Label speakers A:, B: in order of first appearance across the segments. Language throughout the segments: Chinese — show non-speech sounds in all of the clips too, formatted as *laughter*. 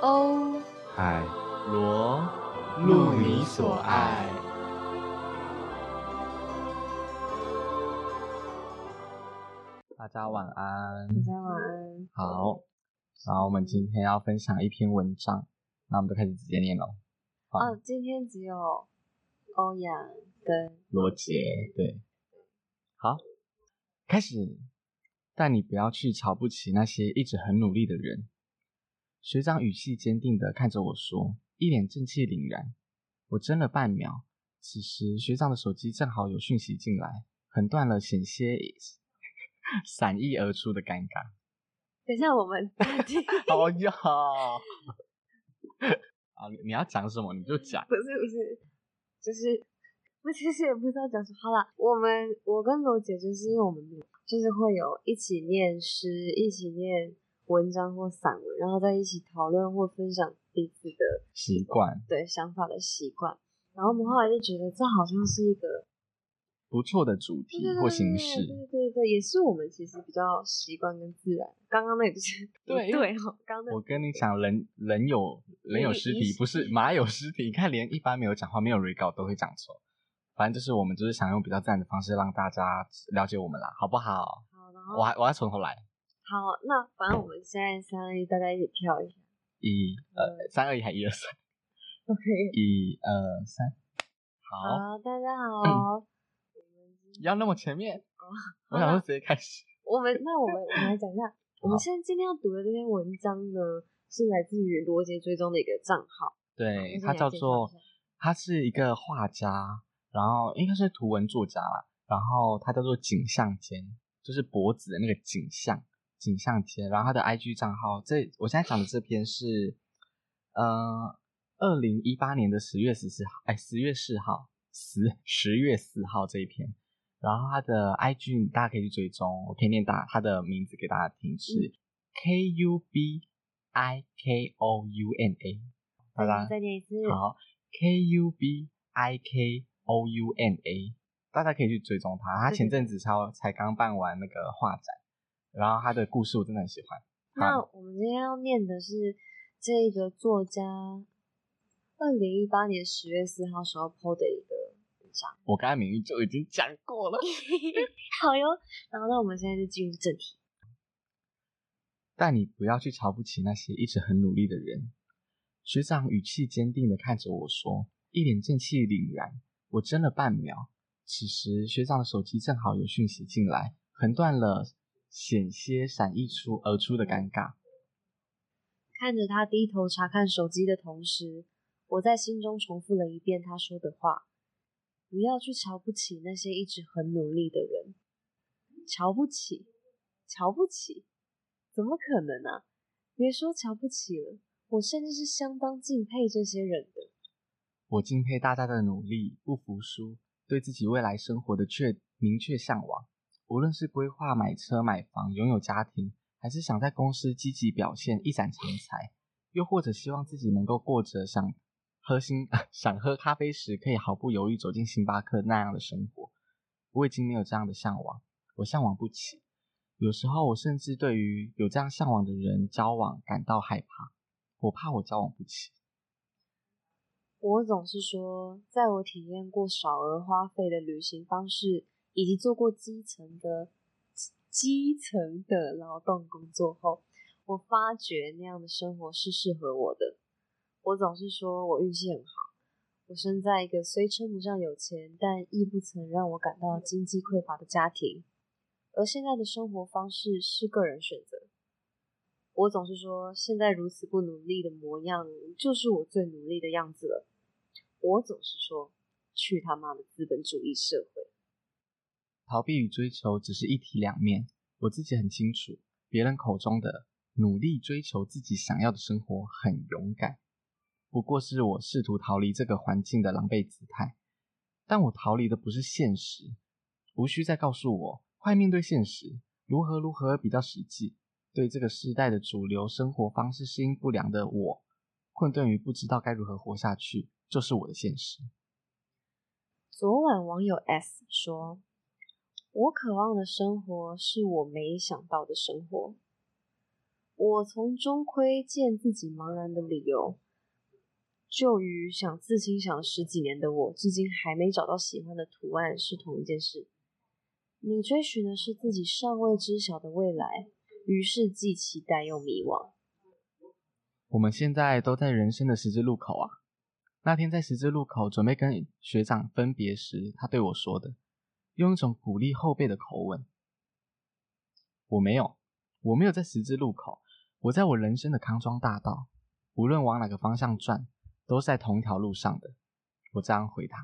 A: 欧
B: 海
C: 罗，
B: 路你所爱。
C: 大家晚安。
A: 大家晚安。
C: 好，然后我们今天要分享一篇文章，那我们就开始直接念喽。好
A: 哦，今天只有欧阳跟
C: 罗杰，对，好，开始。但你不要去瞧不起那些一直很努力的人。学长语气坚定地看着我说，一脸正气凛然。我怔了半秒，此时学长的手机正好有讯息进来，横断了险些 *laughs* 闪溢而出的尴尬。
A: 等一下我们 *laughs* 大厅
C: 好哎呀， *laughs* 啊，你你要讲什么你就讲。
A: 不是不是，就是我其实也不知道讲什么。好了，我们我跟罗姐就是因为我们就是会有一起念诗，一起念文章或散文，然后在一起讨论或分享彼此的
C: 习惯
A: 对想法的习惯。然后我们后来就觉得这好像是一个
C: 不错的主
A: 对
C: 题
A: 对对
C: 或
A: 对
C: 形
A: 对
C: 式，
A: 对对对，也是我们其实比较习惯跟自然。刚刚那个就是
C: *laughs* 对
A: 对哦，刚刚那
C: 我跟你讲，人人有人有
A: 有
C: 尸
A: 遗
C: 体，
A: 失
C: 不是马有尸体。你看，连一般没有讲话、没有 re 稿都会讲错。反正就是我们就是想用比较自然的方式让大家了解我们啦，好不好？
A: 好，然
C: 我
A: 后
C: 还我要从头来，
A: 好，那反正我们现在三二一，大家一起跳一下，
C: 一呃三二一还一二三，
A: 都可以。
C: 一二三，好，嗯
A: 好，大家好，
C: 要那么前面，
A: 哦
C: 我想说直接开始。
A: 我们那我们我们来讲一
C: *laughs*
A: 下，我们现在今天要读的这篇文章呢，是来自于罗杰追踪的一个账号，
C: 对，
A: 那
C: 他
A: 先来
C: 叫
A: 介绍
C: 做
A: 一下
C: 他是一个画家，然后应该是图文作家啦，然后他叫做景象间，就是脖子的那个景象，景象间。然后他的 IG 账号，这我现在讲的这篇是，呃，二零一八年的十月十四号，哎，十月四号，十十月四号这一篇。然后他的 IG 你大家可以去追踪，我可以念大他的名字给大家听是 K U B I K O U N A，大家
A: 嗯再念一次，
C: 好，K U B I K O U N A，大家可以去追踪他。他
A: 对
C: 前
A: 对
C: 阵子才才刚办完那个画展，然后他的故事我真的很喜欢。
A: 那我们今天要念的是这个作家二零一八年十月四号时候 PO 的一个文章，
C: 我刚才明明就已经讲过了。
A: 好哟。然后那我们现在就进入正题，
C: 但你不要去瞧不起那些一直很努力的人。学长语气坚定地看着我说，一脸正气凛然。我怔了半秒，此时学长的手机正好有讯息进来，横断了险些闪溢出而出的尴尬。
A: 看着他低头查看手机的同时，我在心中重复了一遍他说的话：不要去瞧不起那些一直很努力的人，瞧不起，瞧不起，怎么可能啊？别说瞧不起了，我甚至是相当敬佩这些人的。
C: 我敬佩大家的努力、不服输，对自己未来生活的确明确向往。无论是规划买车、买房、拥有家庭，还是想在公司积极表现、一展长才，又或者希望自己能够过着想喝星、 *laughs* 想喝咖啡时可以毫不犹豫走进星巴克那样的生活，我已经没有这样的向往，我向往不起。有时候我甚至对于有这样向往的人交往感到害怕，我怕我交往不起。
A: 我总是说，在我体验过少而花费的旅行方式，以及做过基层的基层的劳动工作后，我发觉那样的生活是适合我的。我总是说我运气很好，我生在一个虽称不上有钱，但亦不曾让我感到经济匮乏的家庭，而现在的生活方式是个人选择。我总是说，现在如此不努力的模样，就是我最努力的样子了。我总是说，去他妈的资本主义社会！
C: 逃避与追求只是一体两面，我自己很清楚，别人口中的努力追求自己想要的生活很勇敢，不过是我试图逃离这个环境的狼狈姿态。但我逃离的不是现实，无需再告诉我快面对现实，如何如何比较实际。对这个时代的主流生活方式适应不良的我，困顿于不知道该如何活下去，就是我的现实。
A: 昨晚网友 S 说：“我渴望的生活是我没想到的生活。我从中窥见自己茫然的理由。就与想刺青想了十几年的我，至今还没找到喜欢的图案是同一件事。你追寻的是自己尚未知晓的未来，于是既期待又迷惘。
C: 我们现在都在人生的十字路口啊。那天在十字路口准备跟学长分别时，他对我说的，用一种鼓励后辈的口吻。我没有，我没有在十字路口，我在我人生的康庄大道，无论往哪个方向转，都是在同一条路上的。我这样回他。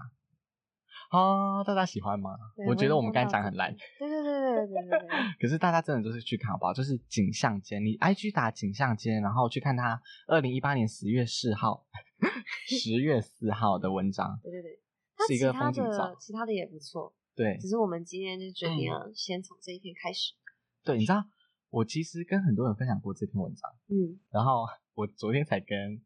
C: 啊，大家喜欢吗？
A: 对
C: 我觉得我们
A: 看
C: 刚
A: 到
C: 才讲
A: 这
C: 很
A: 个
C: 烂，
A: 对对对对对对对对。
C: 可是大家真的就是去看好不好？就是景象间，你 IG 打景象间，然后去看他二零一八年十月四
A: *laughs*
C: 号、十月四号的文章，
A: 对对对，它
C: 是一
A: 其
C: 个
A: 他
C: 风景
A: 的
C: 照。嗯
A: 其他的也不错，
C: 对
A: 只是我们今天就决定要先从这一篇开始。
C: 对，你知道我其实跟很多人分享过这篇文章，
A: 嗯，
C: 然后我昨天才跟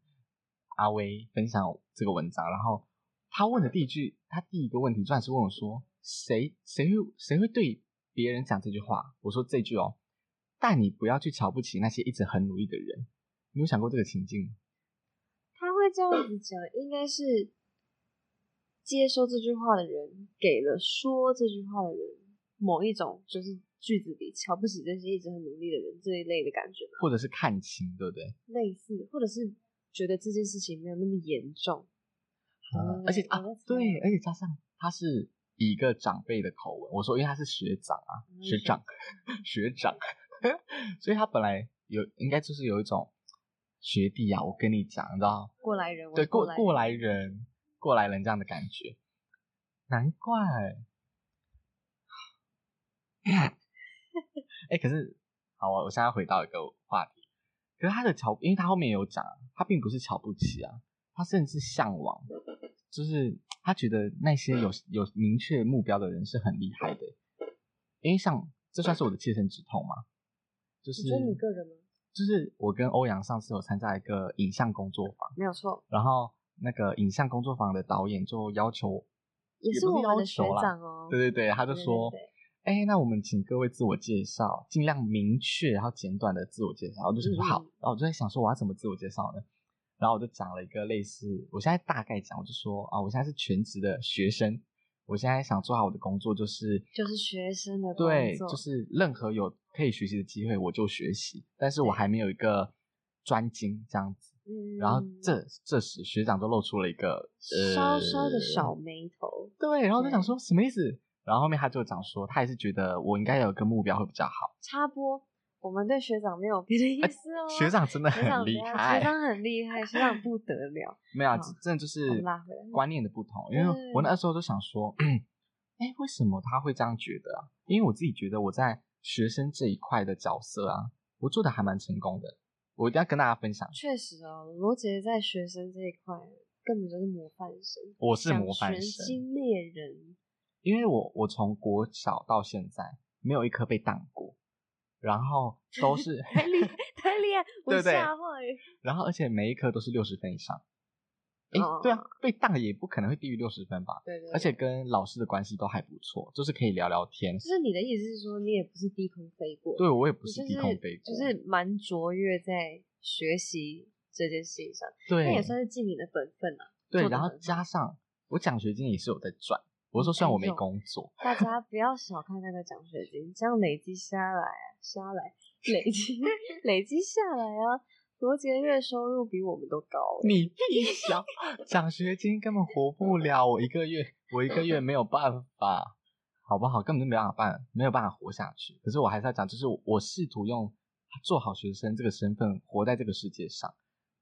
C: 阿威分享这个文章，然后他问的第一句，他第一个问题居然是问我说，谁谁会谁会对别人讲这句话？我说这句哦，但你不要去瞧不起那些一直很努力的人。你有想过这个情境吗？
A: 他会这样子讲，应该是接收这句话的人给了说这句话的人某一种就是句子里瞧不起这些一直很努力的人这一类的感觉吧，
C: 或者是看清，对不对？
A: 类似或者是觉得这件事情没有那么严重。
C: 啊
A: 嗯
C: 而且啊
A: 我在猜，
C: 对，而且加上他是以一个长辈的口吻，我说因为他是学长啊，
A: 嗯
C: 学长， *laughs* 学长， *laughs* 所以他本来有应该就是有一种学弟啊，我跟你讲，你知道，
A: 过来人，我
C: 对
A: 是
C: 过
A: 来
C: 过
A: 人
C: 来人，过来人这样的感觉，难怪。 *laughs* 哎、可是好啊，我现在回到一个话题，可是他的瞧，因为他后面有讲啊，他并不是瞧不起啊，他甚至向往，就是他觉得那些有有明确目标的人是很厉害的，因为像这算是我的切身之痛嘛，就是
A: 你说你个人吗？
C: 就是我跟欧阳上次有参加一个影像工作坊。
A: 没有错，
C: 然后那个影像工作坊的导演就要求，
A: 也
C: 也
A: 是
C: 不
A: 我
C: 是
A: 们
C: 要
A: 的学
C: 求啦，
A: 长哦。
C: 对对对，他就
A: 对对
C: 说
A: 对，
C: 哎，那我们请各位自我介绍，尽量明确，然后简短的自我介绍。我就想说
A: 嗯嗯
C: 好，然后我就在想说我要怎么自我介绍呢？然后我就讲了一个类似，我现在大概讲，我就说啊，我现在是全职的学生，我现在想做好我的工作，就是
A: 就是学生的工
C: 对，
A: 作
C: 就是任何有可以学习的机会我就学习，但是我
A: 对
C: 还没有一个专精这样子。
A: 嗯
C: 然后这这时学长就露出了一个呃
A: 稍稍的小眉头，
C: 对，然后就想
A: 对
C: 说什么意思？然后后面他就讲说，他也是觉得我应该有一个目标会比较好。
A: 插播，我们对学长没有别的意思哦。
C: 哎学长真的
A: 学长
C: 很
A: 不
C: 厉
A: 要
C: 害
A: 学，长很厉害，学长不得了。
C: 没有啊
A: 好，
C: 真的就是
A: 我们拉回来
C: 观念的不同。因
A: 对
C: 为我那时候就想说， *clears throat* 哎，为什么他会这样觉得啊？因为我自己觉得我在学生这一块的角色啊，我做的还蛮成功的。我一定要跟大家分享，
A: 确实哦，罗杰在学生这一块根本就是模范生，
C: 我是
A: 奖
C: 模范
A: 学
C: 生
A: 金猎人。
C: 因为我我从国小到现在没有一科被挡过，然后都是 *laughs*
A: 太厉害，太厉害！
C: 对
A: 我
C: 不对
A: 吓坏。
C: 然后而且每一科都是六十分以上。诶，
A: 哦
C: 对啊，被当也不可能会低于六十分吧？
A: 对对，
C: 而且
A: 对
C: 跟老师的关系都还不错，就是可以聊聊天
A: 就。是你的意思是说，你也不是低空飞过，
C: 对我也不
A: 你
C: 是
A: 就
C: 低空飞过，
A: 就是蛮卓越在学习这件事情上，那
C: 对
A: 也算是尽你的本分了、
C: 对，
A: 做得
C: 然后
A: 很好
C: 加上我奖学金也是有在赚。我说
A: 嗯
C: 虽然
A: 哎
C: 我没
A: 有
C: 工作，
A: 大家不要小看那个奖学金，这样累积下来啊，下来累积 *laughs* 累积下来啊，罗杰月收入比我们都高、欸。
C: 你屁小奖学金根本活不了，我一个月我一个月没有办法，好不好？根本就没办法办，没有办法活下去。可是我还是要讲，就是我我试图用做好学生这个身份活在这个世界上，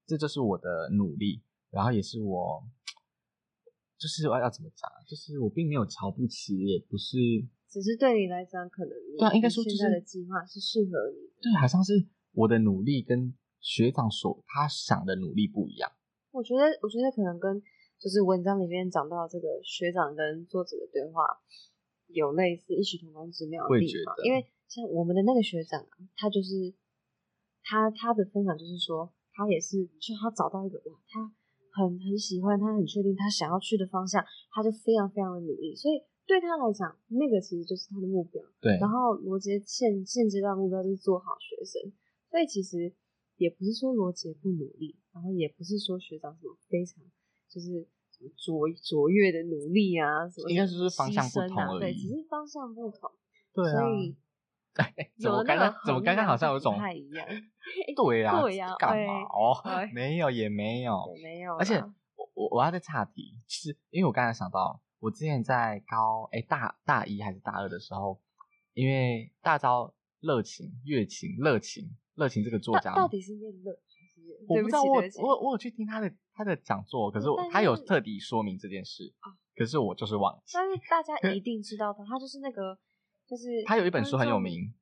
C: 这就是我的努力，然后也是我，就是我要怎么讲啊，就是我并没有瞧不起，也不是
A: 只是对你来讲，可能你
C: 对啊应该说就
A: 你
C: 是
A: 现在的计划是适合你的。
C: 对，好像是我的努力跟学长所他想的努力不一样。
A: 我觉得，我觉得可能跟就是文章里面讲到这个学长跟作者的对话有类似异曲同工之妙
C: 我
A: 的
C: 也
A: 地
C: 觉
A: 方
C: 得，
A: 因为像我们的那个学长啊，他就是他他的分享就是说，他也是就他找到一个哇，他很很喜欢，他很确定他想要去的方向，他就非常非常的努力，所以对他来讲，那个其实就是他的目标。
C: 对，
A: 然后罗杰现现阶段的目标就是做好学生，所以其实也不是说罗杰不努力，然后也不是说学长什么非常就是什么卓卓越的努力啊，什么
C: 应该就是方向
A: 牺
C: 不
A: 牲
C: 同
A: 啊，
C: 而
A: 对，
C: 已
A: 只是方向不同，
C: 对啊
A: 所以
C: 哎，怎
A: 有
C: 么
A: 那
C: 刚
A: 个
C: 刚怎么
A: 衡
C: 刚刚
A: 量
C: 好像
A: 就
C: 有
A: 不
C: 种
A: 太一样
C: *laughs* 对
A: *laughs*
C: 呀，
A: 对呀
C: 干
A: 哎
C: 嘛哦
A: 哎？
C: 没有也没有，
A: 也没有啦，
C: 而且我我我要再岔题，就是因为我刚才想到，我之前在高哎大大一还是大二的时候，因为大招热情、乐情、热情、热情这个作
A: 到
C: 家，
A: 到底是念乐还是
C: 我
A: 对
C: 不知
A: 起
C: 道我
A: 对起
C: 我有我有去听他的他的讲座，可是我
A: 但
C: 他有
A: 是哦
C: 特地说明这件事，可是我就是忘记。
A: 但是大家一定知道他，他就是那个，就是
C: 他有一本书很有
A: 观众
C: 名，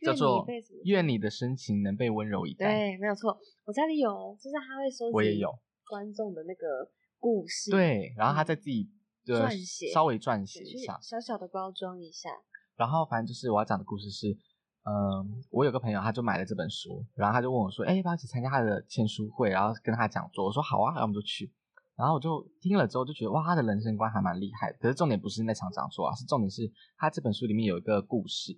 A: 愿
C: 叫
A: 你
C: 做
A: 被什么
C: 《愿你的深情能被温柔以待》，
A: 对，没有错，我家里有，就是他会收集
C: 哎我也有
A: 观众的那个故事，
C: 对，然后他
A: 嗯
C: 再自己的
A: 撰写
C: 稍微撰写
A: 对，就
C: 一
A: 是
C: 下，
A: 小小的包装一下，
C: 然后反正就是我要讲的故事是，嗯、我有个朋友他就买了这本书，然后他就问我说，哎，要不要一起参加他的签书会，然后跟他讲座？我说好啊，然后我们就去。然后我就听了之后就觉得哇，他的人生观还蛮厉害的。可是重点不是那场讲座啊，是重点是他这本书里面有一个故事。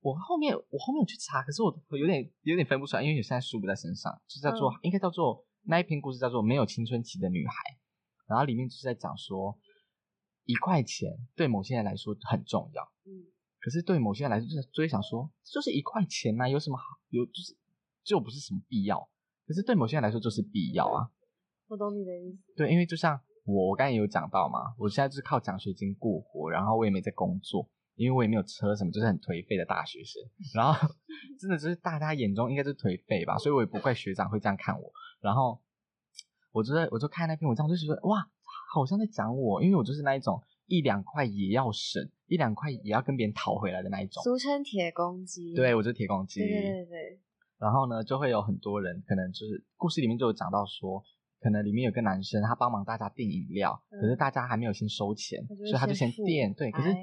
C: 我后面我后面有去查，可是我我有点有点分不出来，因为有现在书不在身上，就是叫做、应该叫做那一篇故事叫做《没有青春期的女孩》，然后里面就是在讲说一块钱对某些人来说很重要。
A: 嗯，
C: 可是对某些人来说，就是就会想说，这就是一块钱呐、有什么好？有就是就不是什么必要。可是对某些人来说就是必要啊。
A: 我懂你的意思，
C: 对，因为就像我我刚才也有讲到嘛，我现在就是靠奖学金过活，然后我也没在工作，因为我也没有车什么，就是很颓废的大学生。然后 *laughs* 真的就是大家眼中应该是颓废吧，所以我也不怪学长会这样看我。然后我就在我就看那篇文章，我就觉得哇，好像在讲我，因为我就是那一种一两块也要省，一两块也要跟别人讨回来的那一种。
A: 俗称铁公鸡，
C: 对，我就是铁公鸡。
A: 对对对对
C: 然后呢，就会有很多人，可能就是故事里面就有讲到说，可能里面有个男生，他帮忙大家订饮料，
A: 嗯
C: 可是大家还没有先收钱，
A: 他就会
C: 所以他就
A: 先
C: 先
A: 付
C: 垫。对，可是
A: 哎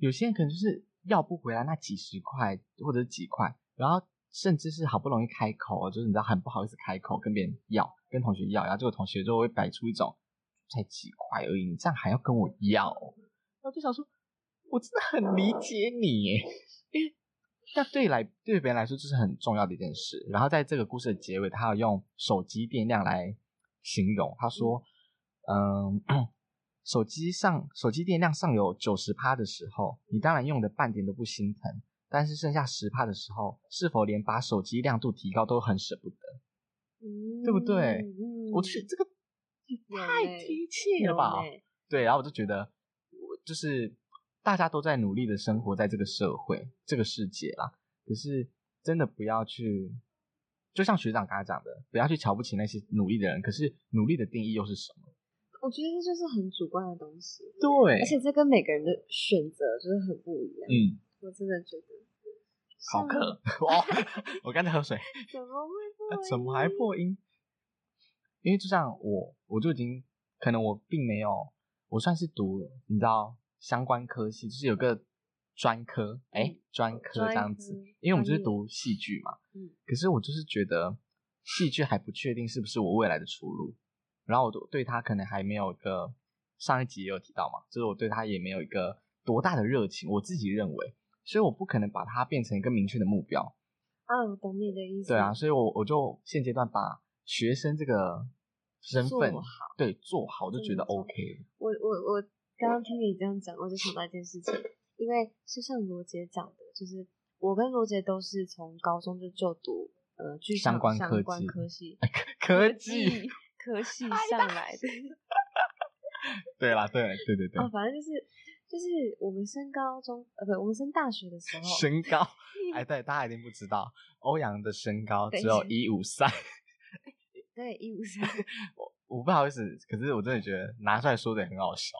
C: 有些人可能就是要不回来那几十块或者是几块，然后甚至是好不容易开口，哦就是你知道很不好意思开口跟别人要，跟同学要，然后这个同学就会摆出一种才几块而已，你这样还要跟我要哦，然后就想说，我真的很理解你耶，呃因为那对来对别人来说这是很重要的一件事。然后在这个故事的结尾，他要用手机电量来形容，他说，嗯。手机上手机电量上有九十趴的时候，你当然用的半点都不心疼，但是剩下十趴的时候，是否连把手机亮度提高都很舍不得？
A: 嗯，
C: 对不对
A: 嗯
C: 我去，这个也
A: 有
C: 太
A: 嘞
C: 贴切了
A: 有
C: 吧？
A: 嘞
C: 对，然后我就觉得，我就是大家都在努力的生活在这个社会、这个世界啦。可是真的不要去，就像学长刚才讲的，不要去瞧不起那些努力的人。可是努力的定义又是什么？
A: 我觉得这就是很主观的东西，
C: 对
A: 而且这跟每个人的选择就是很不一样，
C: 哎嗯，
A: 我真的觉得。
C: 好
A: 像
C: 渴 *laughs* 哦！我刚才喝水。
A: 怎么会
C: 那
A: 不？
C: 呃怎么还？破音？因为就像我，我就已经可能我并没有，我算是读了，你知道相关科系，就是有个专科，哎、
A: 嗯
C: 专科这
A: 专
C: 样子
A: 科。
C: 因为我们就
A: 专
C: 是
A: 业
C: 读戏剧嘛，
A: 嗯
C: 可是我就是觉得戏剧还不确定是不是我未来的出路，然后我都对它可能还没有一个上一集也有提到嘛，就是我对它也没有一个多大的热情，我自己认为，所以我不可能把它变成一个明确的目标。
A: 啊，我懂你的意思。
C: 对啊，所以我我就现阶段把学生这个身
A: 做
C: 份
A: 好
C: 对做好，就
A: 真
C: 觉
A: 的
C: 得
A: 做
C: OK 了。
A: 我我我刚刚听你这样讲，我就想到一件事情，因为就像罗杰讲的，就是我跟罗杰都是从高中就就读呃剧
C: 相
A: 场
C: 关
A: 相
C: 科
A: 关
C: 技哎啊
A: 科系
C: 科
A: 技科
C: *laughs*
A: 系上来的。
C: 对啦，对对对对
A: 啊，，反正就是就是我们升高中呃不，我们升大学的时候，*laughs*
C: 身高哎，对，大家一定不知道，欧阳的身高
A: 等一
C: 只有
A: 下
C: 一五三。
A: 对一五三，哦
C: 我我不好意思，可是我真的觉得拿出来说的很好笑，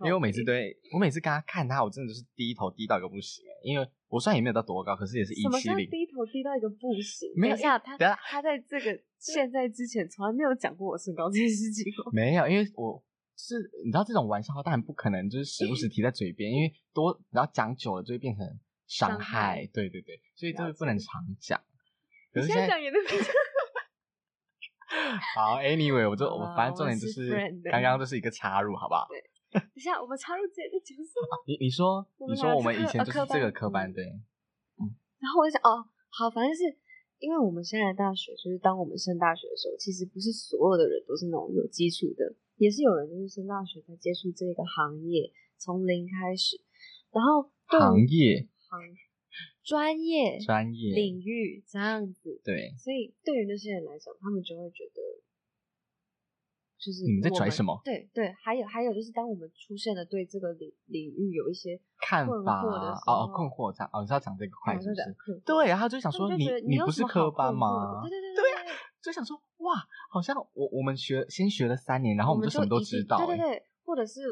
C: 因为我
A: 哦
C: 每次对我每次跟他看他，我真的就是低头低到一个不行，欸因为我虽然也没有到多高，可是也是一
A: 什么
C: 七
A: 叫
C: 零。
A: 低头低到一个不行？
C: 没有
A: 等一下他
C: 等一下
A: 他在这
C: *laughs*
A: 个现在之前从来没有讲过我身高这件事情哦。
C: 没有，因为我是你知道这种玩笑话，当然不可能就是时不时提在嘴边，因为多然后讲久了就会变成伤
A: 伤害
C: 对对对，所以这
A: 了
C: 个
A: 解
C: 不能常讲。可
A: 你
C: 是
A: 现在
C: 现在
A: 讲也能比较
C: 好，anyway，我就我
A: 好啦
C: 反正重
A: 我
C: 点
A: 们
C: 就是是
A: 哦 friend 的
C: 刚刚就是一个插入，好不好？
A: 等一下，我们插入姐在讲什么？
C: 你你说
A: 我
C: 你
A: 们
C: 说
A: 俩
C: 我
A: 是
C: 们以
A: 科
C: 前
A: 呃
C: 就是
A: 科
C: 这个
A: 班
C: 科班
A: 嗯
C: 对，
A: 然后我就想，哦，好，反正是因为我们现在的大学，就是当我们升大学的时候，其实不是所有的人都是那种有基础的，也是有人就是升大学才接触这个行业，从零开始。然后对
C: 行
A: 于
C: 业
A: 行专业
C: 专业
A: 领域这样子，
C: 对，
A: 所以对于那些人来讲，他们就会觉得，就是
C: 你们在
A: 我
C: 拽什么
A: 对对，还有还有就是，当我们出现了对这个领领域有一些
C: 看
A: 困
C: 法
A: 惑的时
C: 哦哦
A: 候
C: 困惑讲哦，你是要讲这个快
A: 我
C: 是
A: 就
C: 不
A: 讲
C: 是？
A: 困惑，
C: 对，然后他就想
A: 他们
C: 说
A: 就
C: 你
A: 觉得你
C: 你
A: 有
C: 不
A: 什
C: 是
A: 么好
C: 科班
A: 困惑
C: 吗
A: 的？对对对
C: 对啊
A: 对对
C: 就想说哇，好像我我们学先学了三年，然后
A: 我
C: 们就什么都
A: 一定
C: 知道、欸，
A: 对对对，或者是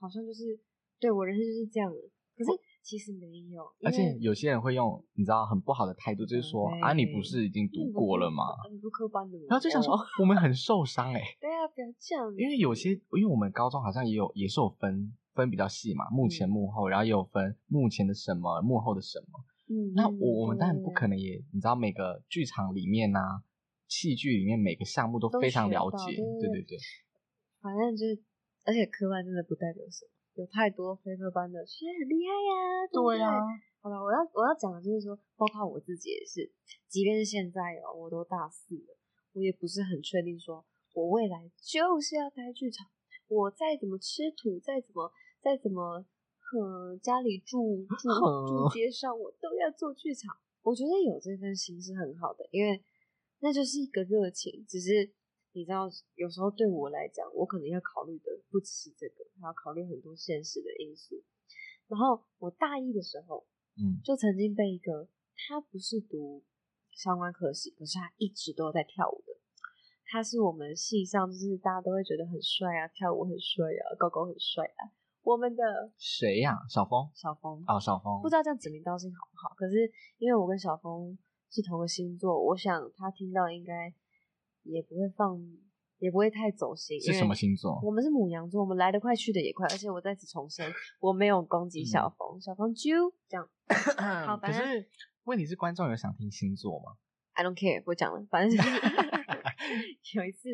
A: 好像就是对我人生就是这样的，可是其实没有，
C: 而
A: 因为
C: 且有些人会用你知道很不好的态度，就是说
A: 对
C: 啊你不是已经
A: 因为
C: 读
A: 我不
C: 过了
A: 是
C: 吗？
A: 科你不科班的，
C: 然后就想说
A: 哦，
C: 我们很受伤哎、
A: 对啊，不要这样，
C: 因为有些，因为我们高中好像也有，也是有分分比较细嘛，幕前
A: 嗯
C: 幕后，然后也有分幕前的什么，幕后的什么。
A: 嗯，
C: 那
A: 嗯
C: 我我们当然不
A: 对
C: 可能也，你知道每个剧场里面呐、戏剧里面每个项目都
A: 都
C: 非常
A: 学
C: 了
A: 到
C: 解，
A: 对
C: 对对对，
A: 反正就是，而且科班真的不代表什么，有太多非科班的，虽然很厉害呀、对不对
C: 啊，
A: 好了，我要我要讲的就是说，包括我自己也是，即便是现在哦，我都大四了，我也不是很确定说，我未来就是要待剧场，我再怎么吃土，再怎么再怎么，呃，家里住住住
C: 哼
A: 街上，我都要做剧场。我觉得有这份心是很好的，因为那就是一个热情。只是你知道，有时候对我来讲，我可能要考虑的不只是这个，还要考虑很多现实的因素。然后我大一的时候，
C: 嗯，
A: 就曾经被一个他不是读相关科系，可是他一直都在跳舞的。他是我们系上，就是大家都会觉得很帅啊，跳舞很帅啊，狗狗很帅啊。我们的
C: 谁呀、小峰
A: 小峰
C: 哦，小峰
A: 不知道这样指名道姓好不好？可是因为我跟小峰是同个星座，我想他听到应该也不会放，也不会太走心。
C: 是什么？星座，
A: 我们是母羊座，我们来得快，去得也快。而且我再次重申，我没有攻
C: 嗯
A: 击小峰，小峰啾这样好
C: 可
A: 反正
C: 是问题是观众有想听星座吗？
A: ，I don't care，不讲了。反正就是 *laughs* 有一次，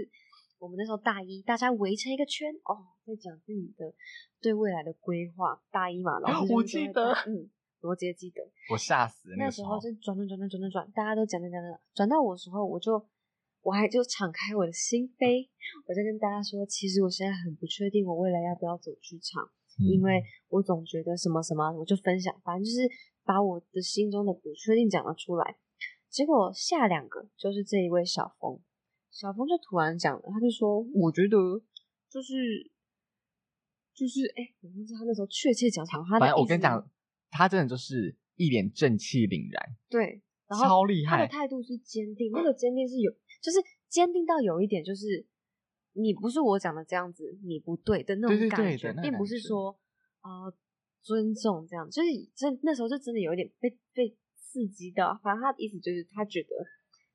A: 我们那时候大一，大家围成一个圈哦，在讲自己的对未来的规划。大一嘛，老师就是
C: 我
A: 都
C: 记
A: 会
C: 得
A: 讲嗯，罗杰记得。
C: 我吓死
A: 那
C: 个
A: 时
C: 时嗯
A: 候就转转转转转转转，大家都讲讲讲讲，转到我的时候，我就我还就敞开我的心扉，我就跟大家说，其实我现在很不确定我未来要不要走剧场，
C: 嗯
A: 因为我总觉得什么什么，我就分享，反正就是把我的心中的不确定讲了出来。结果下两个就是这一位小峰，小峰就突然讲了，他就说，我觉得就是。就是哎、我不知道他那时候确切讲什么。他的
C: 反正我
A: 意
C: 跟
A: 思
C: 你讲，他真的就是一脸正气凛然，
A: 对，然后
C: 超厉
A: 他的
C: 害。
A: 态度是坚定，那个坚定是有，就是坚定到有一点，就是你不是我讲的这样子，你不对的那
C: 对
A: 种
C: 对
A: 感觉，
C: 对的那个
A: 并
C: 感
A: 不是
C: 觉
A: 说呃尊重这样，就是真那时候就真的有一点被被刺激到。反正他的意思就是他觉得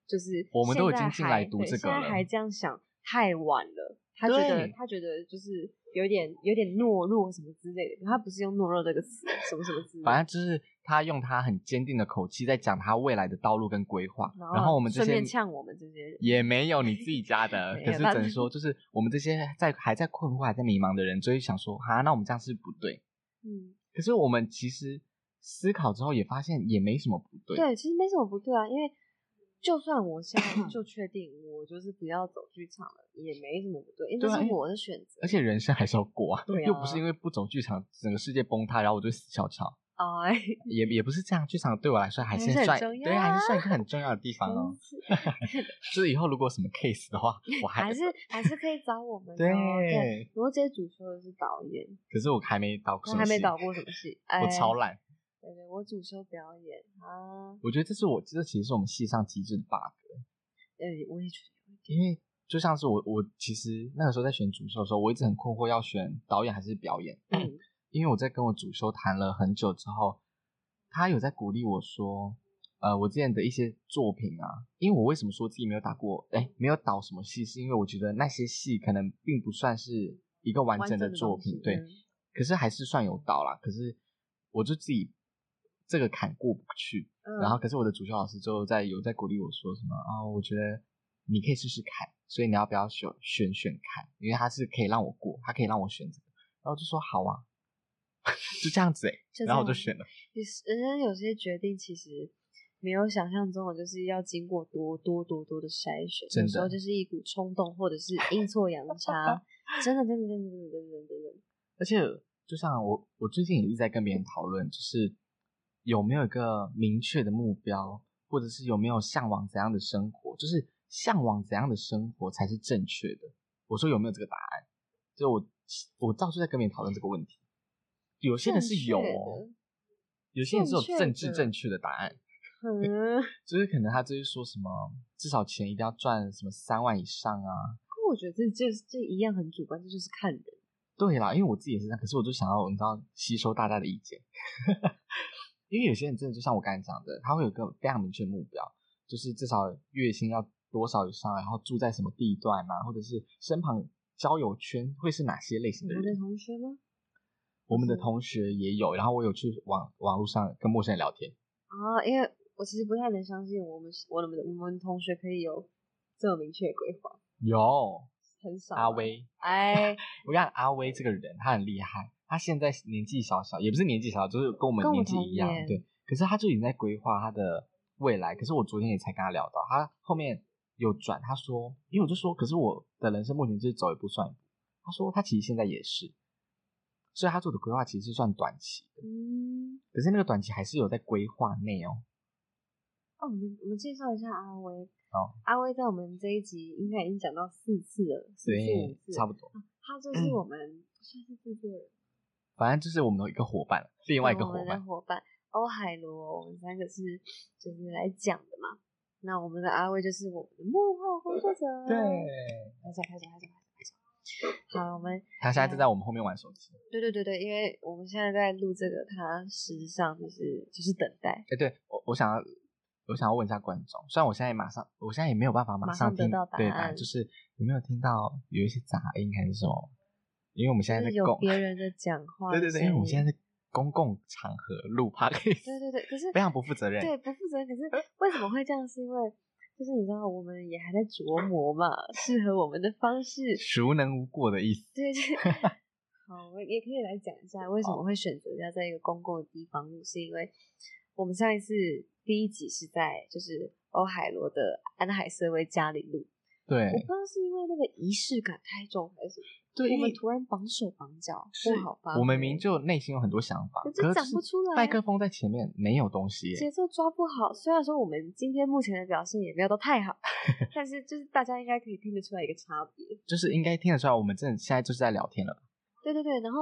A: 就是
C: 我们
A: 现
C: 都已
A: 在
C: 经进来
A: 还
C: 读
A: 对
C: 这
A: 现
C: 个
A: 在
C: 了
A: 还这样想太晚了。他觉得
C: 对
A: 他觉得就是有点有点懦弱什么之类的，他不是用懦弱这个词，什么什么之类的。
C: 反正就是他用他很坚定的口气在讲他未来的道路跟规划，
A: 然
C: 然
A: 后
C: 后我们这
A: 顺
C: 些
A: 便呛我们这些人
C: 也没有你自己家的
A: *laughs* 没，有
C: 可是
A: 啦
C: 只能说就是我们这些在还在困惑、还在迷茫的人，就会想说哈，那我们这样是不是不对。
A: 嗯，
C: 可是我们其实思考之后也发现也没什么不对，
A: 对，其实没什么不对啊，因为就算我现
C: *clears throat*
A: 在就确定我就是不要走剧场了，也没什么不对，因为
C: 对啊
A: 这
C: 因
A: 是
C: 为
A: 我的选择。
C: 而且人生还是要过啊，
A: 对啊
C: 又不是因为不走剧场整个世界崩塌，然后我就死翘翘。
A: 哎，
C: *laughs* 也也不是这样，剧场对我来说还是
A: 还是很
C: 算
A: 重要
C: 对，还是算一个很重要的地方哦
A: 真。是
C: *laughs* 就是以后如果有什么 case 的话，我还
A: 还是还是可以找我们的
C: 对
A: 哦。对，罗杰主修的是导演，
C: 可是我还没导过
A: 他
C: 什么
A: 还没
C: 戏
A: 导过什么戏，哎，
C: *laughs* 我超。懒。
A: 对对，我主修表演啊，
C: 我觉得这是我这其实是我们系上极致的 bug，
A: 呃，我也觉得
C: 因为就像是我我其实那个时候在选主修的时候，我一直很困惑要选导演还是表演，
A: 嗯
C: 因为我在跟我主修谈了很久之后，他有在鼓励我说，呃，我之前的一些作品啊，因为我为什么说自己没有打过，哎，没有导什么戏，是因为我觉得那些戏可能并不算是一个完
A: 完
C: 整的
A: 整的
C: 作
A: 东西
C: 品，对，
A: 嗯
C: 可是还是算有导啦，可是我就自己这个坎过不去，
A: 嗯
C: 然后可是我的主修老师就在有在鼓励我说什么啊、我觉得你可以试试看，所以你要不要选选选看？因为他是可以让我过，他可以让我选择，然后我就说好啊，就这样子哎、
A: 嗯就这
C: 然后我
A: 样
C: 就选了，
A: 嗯你是人生有些决定其实没有想象中的就是要经过多多多多的筛选，
C: 真的
A: 有时候就是一股冲动，或者是阴错阳差，真的真的真的真的真的真的，
C: 而且就像我，我最近也是在跟别人讨论，就是有没有一个明确的目标，或者是有没有向往怎样的生活，就是向往怎样的生活才是正确的。我说有没有这个答案？就我我到处在跟别人讨论这个问题，有些人是有哦
A: 正，
C: 有些人是有
A: 正确的
C: 政治正确的答案，
A: 嗯，
C: 就是可能他就是说什么至少钱一定要赚什么三万以上啊。
A: 可我觉得这这这一样很主观，这就是看人。
C: 对啦，因为我自己也是这样，可是我就想要你知道吸收大家的意见， *laughs* 因为有些人真的就像我刚才讲的，他会有一个非常明确的目标，就是至少月薪要多少以上，然后住在什么地段啊，或者是身旁交友圈会是哪些类型
A: 你
C: 的
A: 们的
C: 人。
A: 同学吗？
C: 我们的同学也有，然后我有去网网络上跟陌生人聊天，
A: 啊，因为我其实不太能相信我们我们我们同学可以有这么明确的规划，
C: 有
A: 很少。
C: 阿，威，
A: 哎，
C: 我跟你讲阿威这个人，他很厉害，他现在年纪小小，也不是年纪小小，就是跟我们
A: 跟我
C: 年纪
A: 同
C: 一样，
A: 年
C: 对。可是他就已经在规划他的未来。可是我昨天也才跟他聊到，他后面有转，他说，因为我就说，可是我的人生目前就是走一步算一步。他说他其实现在也是，所以他做的规划其实是算短期的，
A: 嗯，
C: 可是那个短期还是有在规划内哦。
A: 哦，我们我们介绍一下阿威。
C: 哦，
A: 阿威在我们这一集应该已经讲到四次了，四次五
C: 对，
A: 次，
C: 差不嗯多。
A: 他就是我们算是制作人，
C: 反正就是我们的一个伙伴，另外一个
A: 哦我
C: 伙
A: 们的
C: 伴，
A: 伙伴欧海螺，我们三个是就是来讲的嘛。那我们的阿威就是我们的幕后工作者，
C: 对，
A: 拍手拍手拍手拍手拍手。好，我们
C: 他现在正在我们后面玩手机。
A: 对对对对，因为我们现在在录这个，他事实上就是就是等待，
C: 哎、对我我想要我想要问一下观众，虽然我现在马上，我现在也没有办法马
A: 马上得
C: 听
A: 到答
C: 对答
A: 案
C: 就是有没有听到有一些杂音还是什么？因为我们现在
A: 就
C: 在
A: 是有
C: 公，
A: 别人的
C: *laughs*
A: 讲话
C: 对
A: 的声音，
C: 对对，因为我们现在在公共场合录 p o d
A: 对对对，可是
C: 非常不负责任。
A: 对，不负责任。可是为什么会这样？是因为就是你知道，我们也还在琢磨嘛，适合我们的方式。
C: 孰能无过的意思？
A: 对
C: *laughs*
A: 对。好，我也可以来讲一下为什么会选择要在一个公共的地方录，是因为我们上一次第一集是在就是欧海罗的安海瑟薇家里录，
C: 对
A: 我不知道是因为那个仪式感太重还是什么，
C: 对，
A: 我
C: 因
A: 们
C: 为
A: 突然绑手绑脚，
C: 是
A: 不好发挥。
C: 我们明明就内心有很多想法，
A: 可是
C: 可
A: 讲不
C: 是
A: 出来啊
C: 麦克风在前面没有东西耶，
A: 节奏抓不好。虽然说我们今天目前的表现也没有到太
C: *laughs*
A: 好，但是就是大家应该可以听得出来一个差别。
C: 就是应该听得出来，我们真的现在就是在聊天了吧。
A: 对对对，然后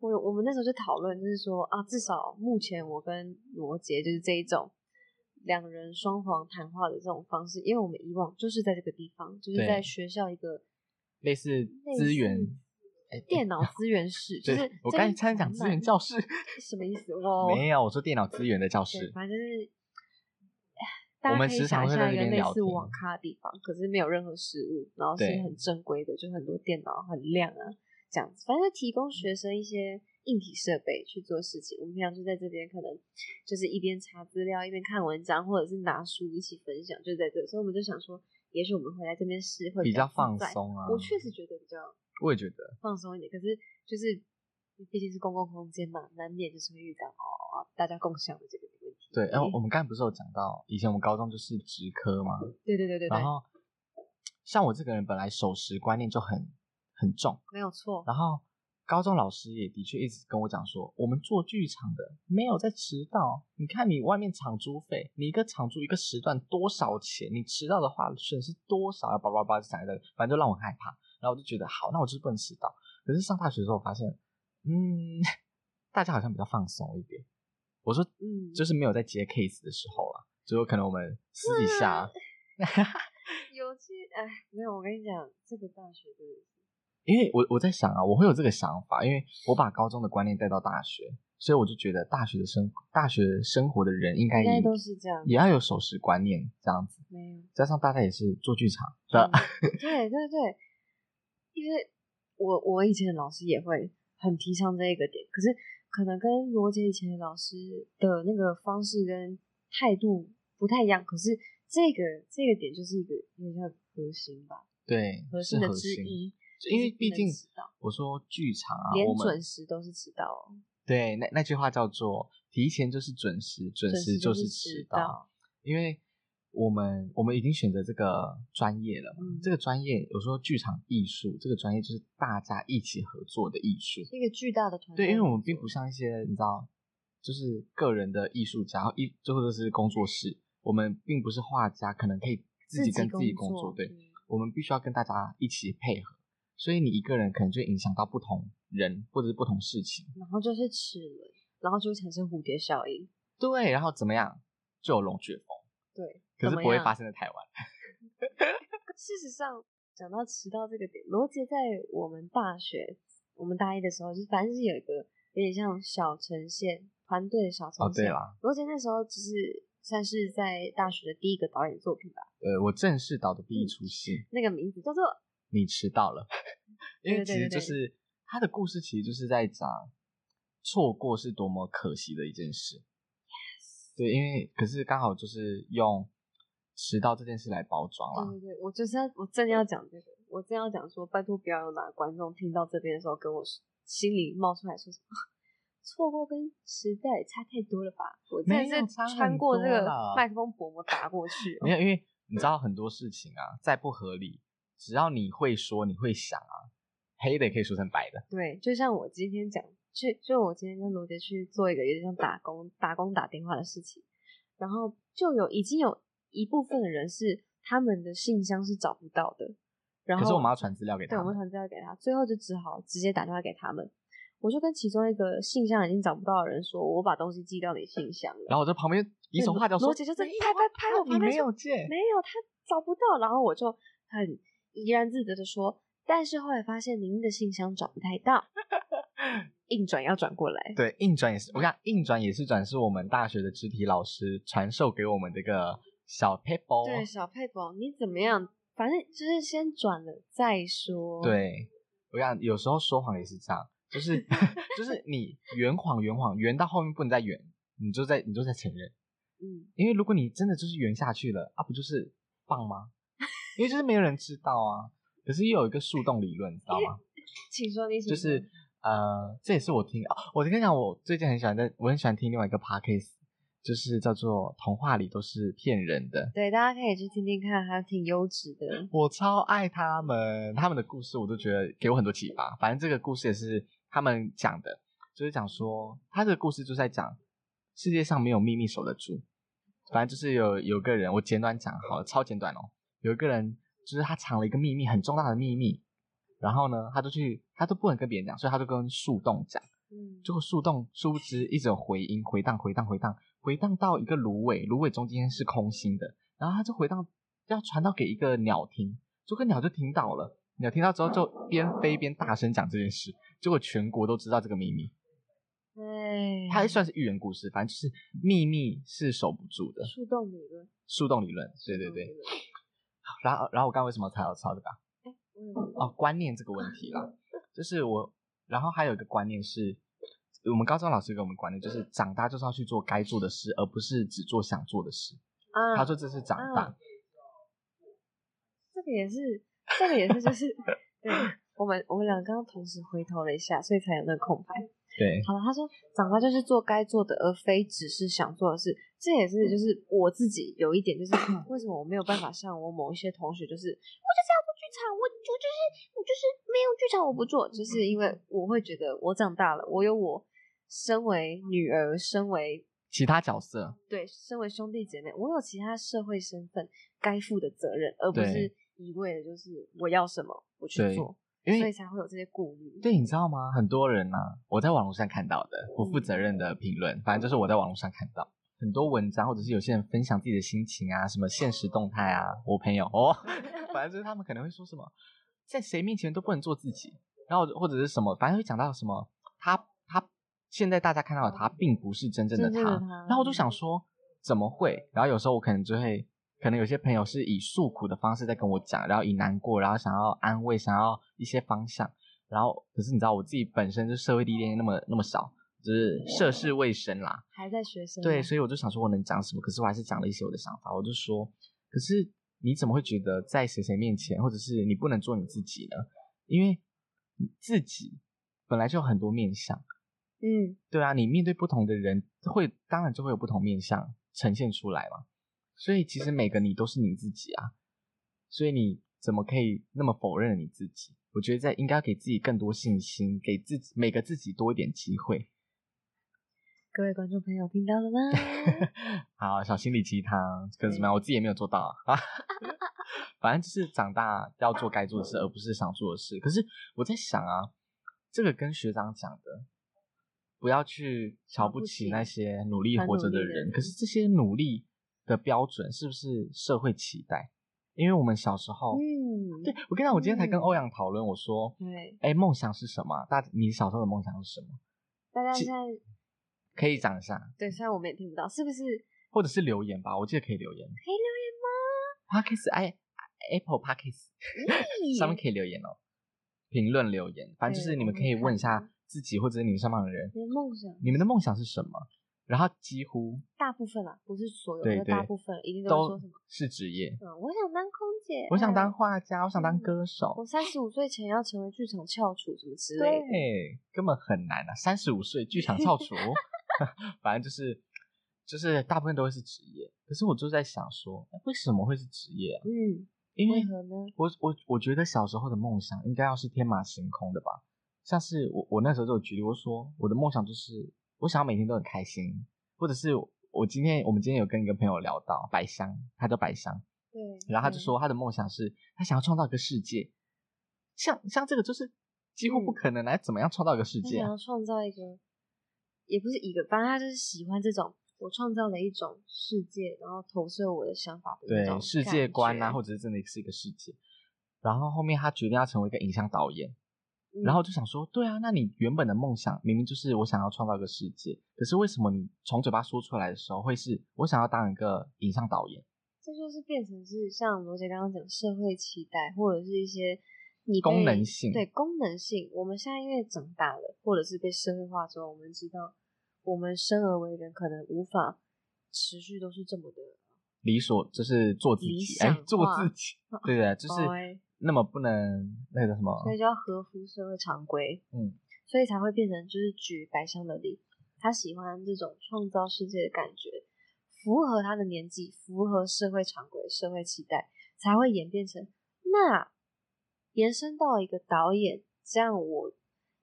A: 我我们那时候就讨论，就是说啊，至少目前我跟罗杰就是这一种两人双簧谈话的这种方式，因为我们以往就是在这个地方，就是
C: 对
A: 在学校一个
C: 类似
A: 类
C: 资
A: 似
C: 源，哎
A: 电脑资源室，就
C: *laughs* 对
A: 是
C: 我
A: 这
C: 刚才
A: 边
C: 差点讲
A: 传
C: 资源
A: 满
C: 教室，
A: 什么意思？我
C: 没有，我说电脑资源的教
A: 哦对，
C: 室，
A: 反正就是。大
C: 我
A: 家
C: 们
A: 可以
C: 时
A: 想
C: 常会
A: 象
C: 在
A: 一
C: 那
A: 个
C: 边
A: 类
C: 聊
A: 似
C: 天
A: 网咖的地方，可是没有任何食物，然后是
C: 对
A: 很正规的，就很多电脑很亮啊，这样子。反正提供学生一些硬体设备去做事情。我们平常就在这边，可能就是一边查资料，一边看文章，或者是拿书一起分享，就在这。所以我们就想说，也许我们回来这边试会
C: 比较
A: 自
C: 放
A: 在。
C: 松啊。
A: 我确实觉得比较
C: 我也觉得，
A: 放松一点，可是就是毕竟是公共空间嘛，难免就是会遇到哦，大家共享的这个问题。
C: 对。哎然后我们刚才不是有讲到，以前我们高中就是职科嘛，
A: 嗯对对对对对
C: 然，后像我这个人本来守时观念就很很重，
A: 没有错。
C: 然后高中老师也的确一直跟我讲说，我们做剧场的没有在迟到，你看你外面场租费，你一个场租一个时段多少钱？你迟到的话损失多少？叭叭叭，讲一个，反正就让我很害怕。然后我就觉得好，那我就是不能迟到。可是上大学之后我发现，嗯， *laughs* 大家好像比较放松一点。我说
A: 嗯，
C: 就是没有在接 case 的时候啦，就有可能我们私底下，
A: 有些哎，没有，我跟你讲，这个大学真的是，
C: 因为我我在想啊，我会有这个想法，因为我把高中的观念带到大学，所以我就觉得大学的生大学生活的人应该
A: 应该
C: 也
A: 都是这样，
C: 也要有守时观念这样子，
A: 没
C: *laughs*
A: 有。
C: 加上大家也是做剧场的， *laughs*
A: 嗯对对对，因为我我以前的老师也会很提倡这一个点，可是可能跟罗杰以前的老师的那个方式跟态度不太一样，可是这个这个点就是一个有点像核心吧，
C: 对，
A: 核
C: 是
A: 心的
C: 核
A: 之
C: 心。
A: 一，
C: 因
A: 就
C: 为
A: 是不
C: 毕
A: 能
C: 竟
A: 迟到
C: 我说剧场啊，
A: 连
C: 我们
A: 准时都是迟到哦，
C: 对那那句话叫做“提前就是准时，准
A: 准
C: 时
A: 就
C: 就是
A: 迟
C: 迟
A: 到。
C: 因为我们我们已经选择这个专业了嘛，
A: 嗯
C: 这个专业有时候剧场艺术这个专业就是大家一起合作的艺术，
A: 是一个巨大的团队
C: 对，因为我们
A: 合
C: 并
A: 作
C: 不像一些你知道，就是个人的艺术家，艺或者是工作室，我们并不是画家，可能可以自己跟自己工作，
A: 作，嗯
C: 对，我们必须要跟大家一起配合，所以你一个人可能就影响到不同人或者是不同事情，
A: 然后就是齿轮，然后就会产生蝴蝶效应，
C: 对，然后怎么样就有龙卷风，
A: 对，
C: 可
A: 怎
C: 是
A: 么
C: 不会
A: 样
C: 发生在台湾，
A: 事实上，讲到迟到这个点，罗杰在我们大学，我们大一的时候，就是反正是有一个有点像小呈现团队的小
C: 哦
A: 呈
C: 对
A: 现。
C: 啦，
A: 罗杰那时候就是算是在大学的第一个导演作品吧，
C: 呃，我正式导的第一出戏，
A: 那个名字叫做
C: 你迟到了，因
A: 对对
C: 为其实
A: 对
C: 就
A: 对
C: 是他的故事，其实就是在讲错过是多么可惜的一件事。对，因为可是刚好就是用迟到这件事来包装啦。
A: 对对对，我就是要我正要讲这个，我正要讲说，拜托不要有哪个观众听到这边的时候跟我说心里冒出来说什么。错过跟时代差太多了吧？我真的
C: 没有
A: 是
C: 差很
A: 穿过这
C: 多
A: 个
C: 啦
A: 麦克风薄膜打过去哦、
C: 没有，因为你知道很多事情啊，再不合理，只要你会说，你会想啊，黑的也可以说成白的。
A: 对，就像我今天讲去，就我今天跟罗杰去做一个有点像打工、打工打电话的事情，然后就有已经有一部分的人是他们的信箱是找不到的，然后
C: 可是我们要传资料给
A: 对，
C: 他
A: 我们
C: 们，
A: 传资料给他，最后就只好直接打电话给他们。我就跟其中一个信箱已经找不到的人说，我把东西寄到你信箱了。
C: 然后我在旁边比手画脚
A: 罗
C: 说，
A: 罗姐就是
C: 没有
A: 拍
C: 啊
A: 拍拍我
C: 你
A: 旁边
C: 没
A: 说
C: 有借，
A: 没有，他找不到。然后我就很怡然自得的说，但是后来发现您的信箱找不太
C: *laughs*
A: 到，硬转要转过来。
C: 对，硬转也是，我想硬转也是转，是我们大学的肢体老师传授给我们这个小 paper。 *laughs*
A: 对，小佩宝，你怎么样？反正就是先转了再说。，
C: 哦对，我想有时候说谎也是这样，就是 *laughs* 就是你圆谎圆谎圆到后面不能再圆，你就在你就在承认，
A: 嗯，
C: 因为如果你真的就是圆下去了，啊不就是棒吗？因为就是没有人知道啊。可是又有一个树洞理论，你知道吗？
A: 请说，你请
C: 就
A: 说
C: 是呃，这也是我听啊，我跟你讲，我最近很喜欢在，我很喜欢听另外一个 podcast，就是叫做《童话里都是骗人的》，
A: 对，大家可以去听听看，还挺优质的。
C: 我超爱他们，他们的故事我都觉得给我很多启发。反正这个故事也是他们讲的，就是讲说他这个故事就是在讲世界上没有秘密守得住。反正就是有有个人，我简短讲好了，超简短哦。有一个人就是他藏了一个秘密，很重大的秘密。然后呢，他就去，他都不能跟别人讲，所以他就跟树洞讲。
A: 嗯，
C: 结果树洞殊不知一直有回音，回荡，回荡，回荡，回荡到一个芦苇，芦苇中间是空心的，然后它就回荡，要传到给一个鸟听，结果鸟就听到了，鸟听到之后就边飞边大声讲这件事，结果全国都知道这个秘密，
A: 对，
C: 它算是寓言故事，反正就是秘密是守不住的，
A: 树洞理论。
C: 树洞理论，对对
A: 树洞理
C: 对。
A: 论。
C: 然后，然后我刚刚为什么才有抄这个啊？
A: 我有
C: 哦，观念这个问题啦，就是我，然后还有一个观念是，我们高中老师给我们观念就是，长大就是要去做该做的事，而不是只做想做的事。
A: 啊，
C: 他说这是长大
A: 嗯，这个也是，这个也是，就是对我们我们俩刚刚同时回头了一下，所以才有那个空白。
C: 对
A: 好了，他说长大就是做该做的，而非只是想做的事。这也是就是我自己有一点，
C: *clears throat*
A: 就是为什么我没有办法像我某一些同学，就是我就是要做剧场，我我就是我就是没有剧场我不做，就是因为我会觉得我长大了，我有我身为女儿，身为
C: 其他角色，
A: 对，身为兄弟姐妹，我有其他社会身份该负的责任，而不
C: 对
A: 是一味的就是我要什么我去
C: 对
A: 做，
C: 因
A: 所以
C: 为
A: 才会有这些顾虑。
C: 对，你知道吗？很多人呐、我在网络上看到的不负责任的评论，反正就是我在网络上看到。很多文章，或者是有些人分享自己的心情啊，什么现实动态啊，我朋友哦， *laughs* 反正就是他们可能会说什么，在谁面前都不能做自己，然后或者是什么，反正会讲到什么，他他现在大家看到的他，并不是真正的
A: 哦真正的
C: 他。
A: 他嗯
C: 然后我就想说，怎么会？然后有时候我可能就会，可能有些朋友是以诉苦的方式在跟我讲，然后以难过，然后想要安慰，想要一些方向。然后可是你知道，我自己本身就社会历练那么那么少，就是涉世未深啦，
A: 还在学生
C: 对，
A: 啊
C: 所以我就想说我能讲什么，可是我还是讲了一些我的想法。我就说，可是你怎么会觉得在谁谁面前，或者是你不能做你自己呢？因为你自己本来就有很多面相，
A: 嗯，
C: 对啊，你面对不同的人，会当然就会有不同面相呈现出来嘛。所以其实每个你都是你自己啊，所以你怎么可以那么否认你自己？我觉得在应该给自己更多信心，给自己每个自己多一点机会。
A: 各位观众朋友，听到
C: *laughs*
A: 了吗？
C: 好，小心理鸡汤，可是怎么样？我自己也没有做到啊。 *laughs* 反正就是长大要做该做的事，而不是想做的事。可是我在想啊，这个跟学长讲的，不要去瞧不起那些努力活着
A: 很努力
C: 的
A: 的
C: 人。
A: 人
C: 可是这些努力的标准是不是社会期待？因为我们小时候，
A: 嗯，
C: 哦对我跟你讲，我今天才跟
A: 嗯
C: 欧阳讨论，我说，
A: 对，
C: 哎，梦想是什么啊？大你小时候的梦想是什么？
A: 大家
C: 其
A: 现在
C: 可以讲一下，
A: 对，虽然我们也听不到，是不是可以留
C: 或者是留言吧，我记得可以留言。
A: 言吗？
C: Pockets 哎 Apple Pockets 上面可以留言哦，评论留言，反正就是
A: 对
C: 你们
A: 我
C: 可以
A: 会
C: 问一
A: 看
C: 下自己或者是你们上班的人，
A: 你的梦想，
C: 你们的梦想是什么？然后几乎
A: 大部分啦，不是所有，
C: 对
A: 但
C: 对
A: 大部分一定都会说
C: 都
A: 什么？
C: 是职业。
A: 嗯，我想当空姐，
C: 我想当，画家，我想当
A: 嗯
C: 歌
A: 我
C: 手，
A: 三十五岁前要成为剧场翘楚什么之类的。
C: 对，啊根本很难啊！三十五岁剧场
A: *laughs*
C: 翘楚， *laughs* 反正就是就是大部分都会是职业。可是我就在想说，哎为什么会是职业啊？
A: 嗯，
C: 因为
A: 为何呢？
C: 我我我觉得小时候的梦想应该要是天马行空的吧，像是我我那时候就有举例，我说我的梦想就是我想要每天都很开心，或者是我今天我们今天有跟一个朋友聊到白香，他叫白香，
A: 对，
C: 然后他就
A: 嗯，
C: 说他的梦想是他想要创造一个世界，像像这个就是几
A: 嗯
C: 乎不可能来啊怎么样创造一个世
A: 他
C: 界、
A: 想
C: 啊
A: 要，创造一个，也不是一个，反正他就是喜欢这种，我创造了一种世界，然后投射我的想法的那
C: 对
A: 种
C: 世界观啊，或
A: 者
C: 者是真的是一个世界。然后后面他决定要成为一个影像导演，
A: 嗯
C: 然后就想说，对啊，那你原本的梦想明明就是我想要创造一个世界，可是为什么你从嘴巴说出来的时候会是我想要当一个影像导演？
A: 这就是变成是像罗杰刚刚讲社会期待，或者是一些你被
C: 功能性
A: 对功能性。我们现在因为长大了，或者是被社会化之后，我们知道我们生而为人可能无法持续都是这么的。
C: 理所就是做自
A: 理
C: 己，
A: 想
C: 哎
A: 化，
C: 做自己，对对，就是
A: 哦哎
C: 那么不能那个叫什么
A: 所以就要合乎社会常规，
C: 嗯，
A: 所以才会变成就是举白香的例，他喜欢这种创造世界的感觉，符合他的年纪，符合社会常规、社会期待，才会演变成那延伸到一个导演，这样我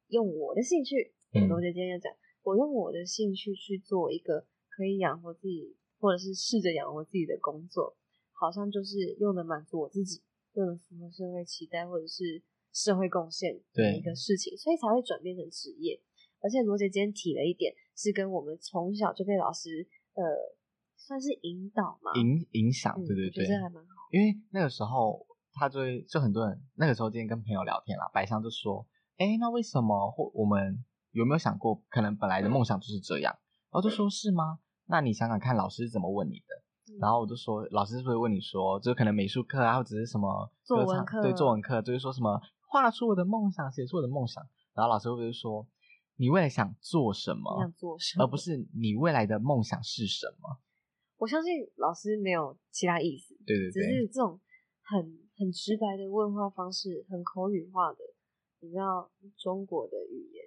A: 用我的兴趣，
C: 嗯
A: 罗杰今天要讲，我用我的兴趣去做一个可以养活自己，或者是试着养活自己的工作，好像就是又能满足我自己，又能符合社会期待或者是社会贡献的
C: 对
A: 一个事情，所以才会转变成职业。而且罗杰今天提了一点，是跟我们从小就被老师呃算是引导嘛，
C: 影影响，
A: 嗯，
C: 对对
A: 我觉
C: 对
A: 得，这还蛮好。
C: 因为那个时候他就会就很多人那个时候今天跟朋友聊天啦，白香就说，哎，那为什么或我们有没有想过，可能本来的梦想就是这样？然后就说是吗？那你想想看，老师是怎么问你的？
A: 嗯
C: 然后我就说，老师是不是问你说，就可能美术课啊，或者是什么
A: 作
C: 歌
A: 文
C: 唱
A: 课啊
C: 对，作文课就是说什么画出我的梦想，写出我的梦想。然后老师会不会说，你未来想做什
A: 你想
C: 么，
A: 做什么？
C: 而不是你未来的梦想是什么？
A: 我相信老师没有其他意思，
C: 对对
A: 只
C: 对，
A: 是这种很很直白的问话方式，很口语化的，你知道中国的语言，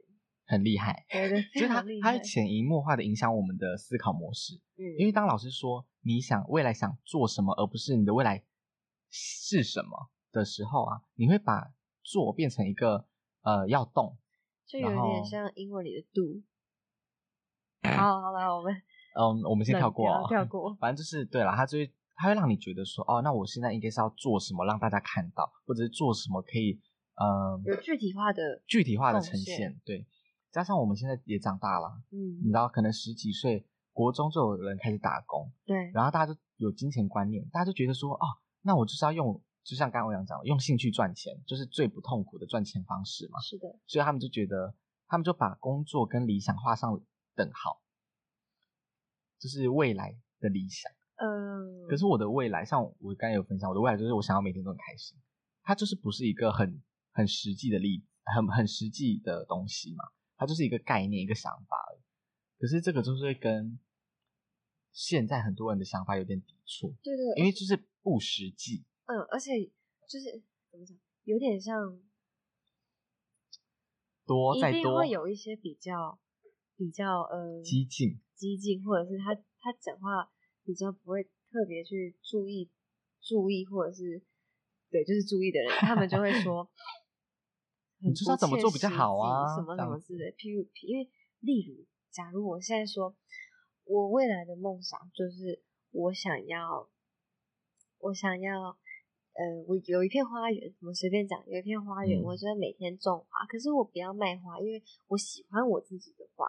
C: 很厉害，
A: 对
C: *laughs*
A: 对，
C: 就是
A: 非
C: 它
A: 常厉
C: 它
A: 害
C: 会。潜移默化的影响我们的思考模式。
A: 嗯
C: 因为当老师说你想未来想做什么，而不是你的未来是什么的时候啊，你会把做变成一个呃要动，
A: 就有
C: 然后
A: 点像英文里的 do。好，好了，我们
C: 嗯，我们先
A: 冷
C: 跳过哦、
A: 跳过。
C: 反正就是对了，他就会他会让你觉得说，哦，那我现在应该是要做什么让大家看到，或者是做什么可以，嗯、
A: 有具体化的
C: 具体化的呈
A: 贡献
C: 现，对。加上我们现在也长大了，你
A: 嗯
C: 知，道，可能十几岁国中就有人开始打工，
A: 对，
C: 然后大家就有金钱观念，大家就觉得说，哦，那我就是要用，就像刚刚欧阳讲的，用兴趣赚钱，就是最不痛苦的赚钱方式嘛。
A: 是的，
C: 所以他们就觉得，他们就把工作跟理想画上等号，就是未来的理想。
A: 嗯。
C: 可是我的未来，像我刚才有分享，我的未来就是我想要每天都很开心。它就是不是一个很很实际的例，很很实际的东西嘛，它就是一个概念，一个想法而已。可是这个就是会跟现在很多人的想法有点抵触，
A: 对对，
C: 因为就是不实际。
A: 嗯，而且就是怎么讲，有点像，
C: 多
A: 一
C: 再
A: 定
C: 多
A: 会有一些比较比较呃
C: 激进，，
A: 激进，或者是他他讲话比较不会特别去注意、注意，或者是对，就是注意的人，他们就会说
C: 你就是要怎么做比较好啊
A: 什么
C: 这
A: 什
C: 样
A: 么之类的。譬如，因为例如，假如我现在说，我未来的梦想就是我想要，我想要。呃，我有一片花园，我随便讲，有一片花园，
C: 嗯
A: 我就会每天种花。可是我不要卖花，因为我喜欢我自己的花。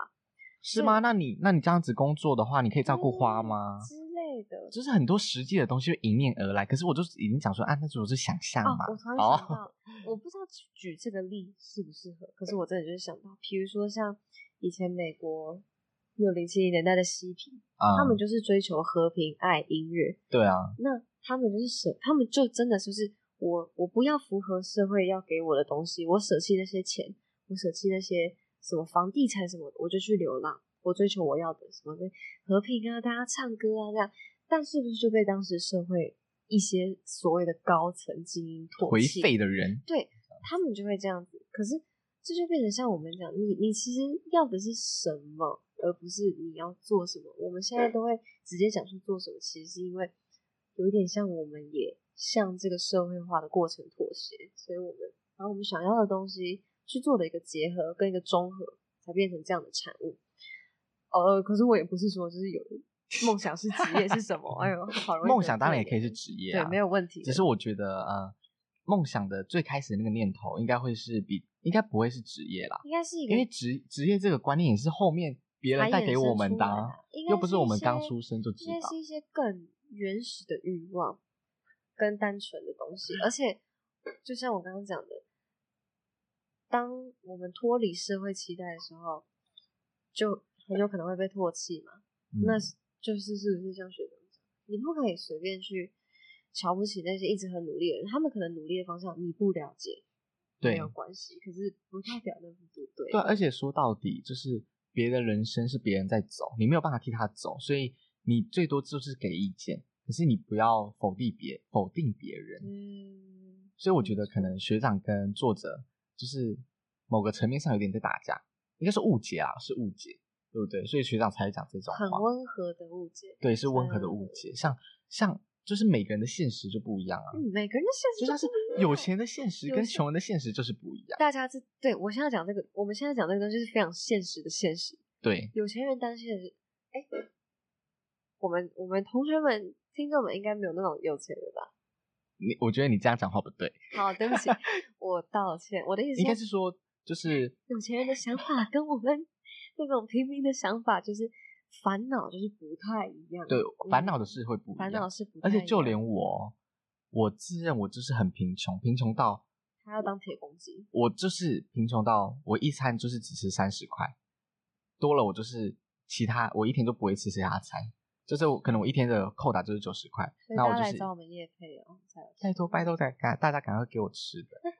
C: 是吗？那你那你这样子工作的话，你可以照顾
A: 嗯
C: 花吗？
A: 之类的。
C: 就是很多实际的东西会迎面而来，可是我就已经讲说啊，那是我是想象
A: 哦
C: 嘛，。
A: 我突然想
C: 哦，
A: 到，我不知道举举这个例适不适合，可是我真的就是想到，比如说像以前美国六零七零年代的嬉皮，他们
C: 嗯，
A: 就是追求和平、爱、音乐，
C: 对啊，
A: 那他们就是舍，他们就真的就是我，我不要符合社会要给我的东西，我舍弃那些钱，我舍弃那些什么房地产什么的，我就去流浪，我追求我要的什么的和平啊，大家唱歌啊这样，但是不是就被当时社会一些所谓的高层精英唾
C: 颓
A: 弃？
C: 废的人，
A: 对他们就会这样子，可是这就变成像我们讲，你你其实要的是什么，而不是你要做什么。我们现在都会直接讲出做什么，其实是因为有一点像我们也向这个社会化的过程妥协，所以我们把我们想要的东西去做的一个结合跟一个综合，才变成这样的产物。呃，可是我也不是说就是有梦想是职业是什
C: *laughs*
A: 么，哎呦，好容易
C: 梦想当然也可以
A: 得
C: 是
A: 罪
C: 职业
A: 人
C: 啊，
A: 对，没有问题的。
C: 只是我觉得呃，梦想的最开始的那个念头应该会是比应该不会是职业啦，
A: 应该是一个
C: 因为职职业这个观念也是后面别人
A: 才
C: 带
A: 衍
C: 给
A: 生
C: 我们
A: 出
C: 的
A: 来
C: 啊、
A: 的应
C: 又
A: 该
C: 不
A: 是
C: 是我
A: 一
C: 们刚
A: 些
C: 出生就知
A: 应该
C: 道
A: 是一些更原始的欲望，跟单纯的东西。而且，就像我刚刚讲的，当我们脱离社会期待的时候，就很有可能会被唾弃嘛。
C: 嗯
A: 那是就是是不是像学长讲，你不可以随便去瞧不起那些一直很努力的人，他们可能努力的方向你不了解，
C: 对
A: 没有关系。可是不代表那是不对的。
C: 对啊，而且说到底就是别的人生是别人在走，你没有办法替他走，所以你最多就是给意见，可是你不要否定别否定别人。
A: 嗯，
C: 所以我觉得可能学长跟作者就是某个层面上有点在打架，应该是误解啊，是误解，对不对？所以学长才会讲这种
A: 很
C: 话，
A: 温和的误解。
C: 对，是温和的
A: 嗯
C: 误解。像像就是每个人的现实就不一样啊，
A: 嗯，每个人的现实
C: 就像是
A: 都不一
C: 有
A: 样啊
C: 钱的现实
A: 有
C: 跟
A: 些
C: 穷人的现实就是不一样。
A: 大家是对我现在讲这个，我们现在讲这个东西是非常现实的现实。
C: 对，
A: 有钱人担心的是，哎，我们我们同学们、听众们应该没有那种有钱人吧？
C: 你我觉得你这样讲话不对，
A: 好，对不
C: *laughs*
A: 起，我道歉。我的意思
C: 应该
A: 说
C: 是说就是
A: 有钱人的想法跟我们 *laughs* 那种平民的想法，就是烦恼就是不太一样。
C: 对
A: 嗯
C: 烦恼的事会不一
A: 烦
C: 样
A: 恼，是不太
C: 而
A: 一样，
C: 且就连我，我自认我就是很贫穷，贫穷到
A: 他要当铁公鸡，
C: 我就是贫穷到我一餐就是只吃三十块，多了我就是其他我一天都不会吃其他餐，就是我可能我一天的扣打就是九十块，
A: 所以
C: 那
A: 大
C: 我
A: 家
C: 就
A: 来
C: 是
A: 找我们叶配哦，才有
C: 拜托拜托大家大家赶快给我吃的， *laughs*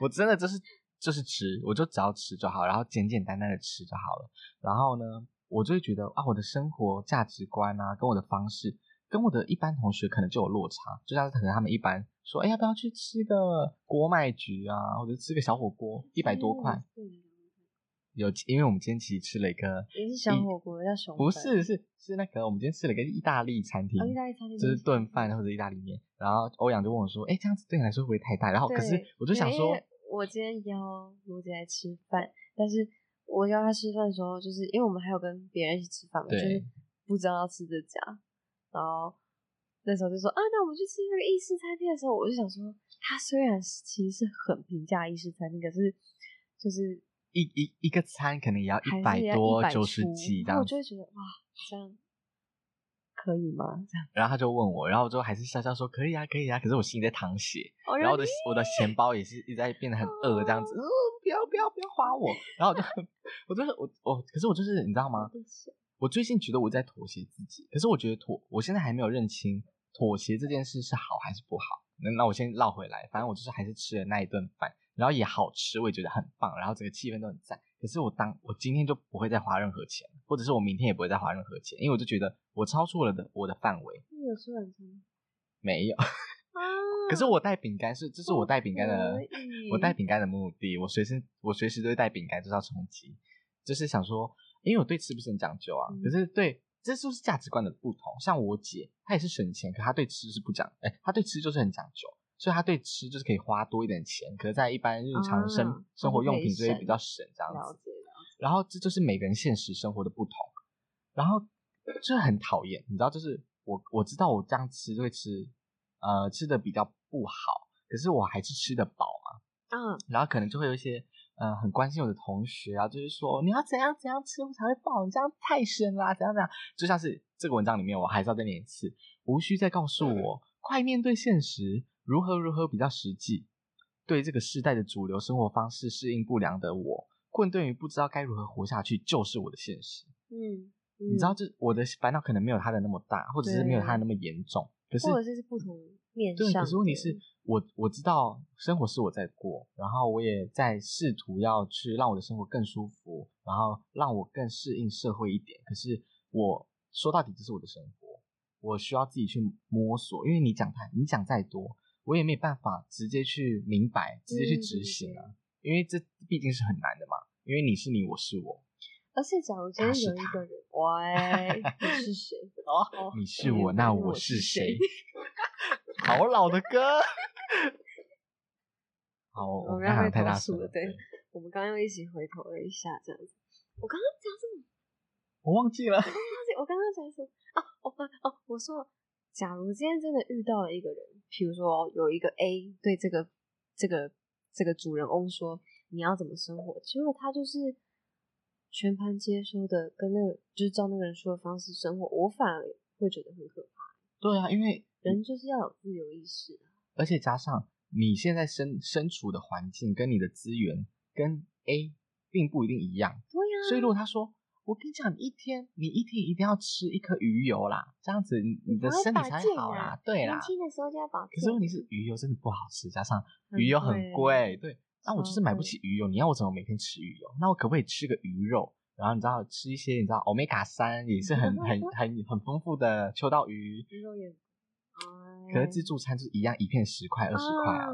C: 我真的就是就是吃，我就只要吃就好，然后简简单单的吃就好了。然后呢，我就会觉得啊，我的生活价值观啊，跟我的方式，跟我的一般同学可能就有落差，就像是可能他们一般说，哎，要不要去吃个锅麦局啊，或者吃个小火锅，一百多块。。
A: 嗯
C: 有，因为我们今天其实吃了一个，
A: 也是小火锅叫熊
C: 不
A: 本
C: 是是是那个，我们今天吃了一个意大利餐厅，
A: 哦，意大利餐厅
C: 就是炖饭或者意大利面。然后欧阳就问我说：“哎，这样子对你来说会不会太大？”然后
A: 对。
C: 哦可是我就想
A: 因
C: 说
A: 为，我今天邀罗姐来吃饭，但是我邀她吃饭的时候，就是因为我们还有跟别人一起吃饭嘛，就
C: 对
A: 是不知道要吃这家，然后那时候就说啊，那我们去吃那个意式餐厅的时候，我就想说，它虽然是其实是很平价的意式餐厅，可是就是
C: 一一一个餐可能也要
A: 还
C: 一百
A: 是要
C: 多、
A: 100
C: 九十
A: 出
C: 几这
A: 然后
C: 样
A: 我。就会觉得哇，这样可以吗？这样，
C: 然后他就问我，然后我就还是笑笑说：“可以啊，可以啊。”可是我心里在淌血，
A: 哦
C: 然后
A: 让
C: 我的我的钱包也是一直在变得很饿这样子，嗯，不要不要不要花我。然后我就 *laughs* 我就是我我，可是我就是你知道吗？
A: 你想
C: 我最近觉得我在妥协自己，可是我觉得妥，我现在还没有认清妥协这件事是好还是不好。那那我先绕回来，反正我就是还是吃了那一顿饭，然后也好吃，我也觉得很棒，然后整个气氛都很赞。可是我当我今天就不会再花任何钱，或者是我明天也不会再花任何钱，因为我就觉得我超出了的我的范围，
A: 你有吃晚餐吗
C: 没有。 *laughs*
A: 啊？
C: 可是我带饼干是，这是我带饼干的
A: 不可以，
C: 我带饼干的目的，我随身我随时都会带饼干，就是要充饥，就是想说，因为我对吃不是很讲究啊，
A: 嗯
C: 可是对这就是价值观的不同。像我姐，她也是省钱，可她对吃是不讲，哎、她对吃就是很讲究，所以她对吃就是可以花多一点钱，可是在一般日常生、
A: 啊
C: 生活用
A: 她就可
C: 品
A: 以
C: 这些
A: 省
C: 比较省这样
A: 了
C: 子。
A: 解了。
C: 然后这就是每个人现实生活的不同，然后这很讨厌，你知道，就是我我知道我这样吃会吃，呃，吃的比较不好，可是我还是吃得饱嘛，
A: 嗯，
C: 然后可能就会有一些呃很关心我的同学啊，就是说你要怎样怎样吃我才会饱，你这样太深啦、怎样怎样，就像是这个文章里面我还是要再念一次，无需再告诉我，快面对现实，如何如何比较实际。对这个时代的主流生活方式适应不良的我，困顿于不知道该如何活下去，就是我的现实。
A: 嗯，
C: 你
A: 你
C: 知道，，这我的烦恼可能没有他的那么大，或者是没有他的那么严重，可是
A: 或者是是不同面
C: 对，
A: 上
C: 可
A: 的，
C: 是问题是我我知道生活是我在过，然后我也在试图要去让我的生活更舒服，然后让我更适应社会一点。可是我说到底，这是我的生活，我需要自己去摸索。因为你讲太你讲再多，我也没办法直接去明白，直接
A: 嗯
C: 去执行啊，因为这毕竟是很难的嘛。因为你是你，我是我，
A: 而且假如今
C: 他
A: 天
C: 是
A: 有一个人，喂，你是
C: *laughs*
A: 谁？哦？
C: 你是我，那我是谁？*laughs* 好老的歌。 *laughs* 好，
A: 我
C: 我
A: 们
C: 刚
A: 要
C: 刚
A: 被
C: 太
A: 投
C: 大
A: 诉
C: 声
A: 了
C: 了。
A: 对 *laughs* 我们刚刚又一起回头了一下，这样子。我刚刚讲什么？
C: 我忘记了。
A: 忘记我刚刚讲什么？哦，我哦，我说，假如今天真的遇到了一个人，比如说有一个 A 对这个这个这个主人翁说你要怎么生活，结果他就是全盘接收的，跟那个就是照那个人说的方式生活，我反而会觉得很可怕。
C: 对啊，因为
A: 人就是要有自由意识啊，
C: 而且加上你现在身身处的环境跟你的资源跟 A 并不一定一样，
A: 对呀、
C: 所以如果他说。我跟你讲，你一天你一天一定要吃一颗鱼油啦，这样子你你的
A: 才会
C: 身体
A: 保
C: 才
A: 健
C: 好
A: 啊
C: 啦，对啦
A: 年。轻的时候就要保健。
C: 可是问题是鱼油真的不好吃，加上
A: 嗯
C: 鱼油很贵，对。那我就是买不起鱼油，你要我怎么每天吃鱼油？那我可不可以吃个鱼肉？然后你知道吃一些你知道欧米伽三也
A: *laughs*
C: 是很很很很丰富的秋刀鱼，
A: 肌肉也，哎
C: 可是自助餐就是一样一片十块二十
A: 哦
C: 块啊，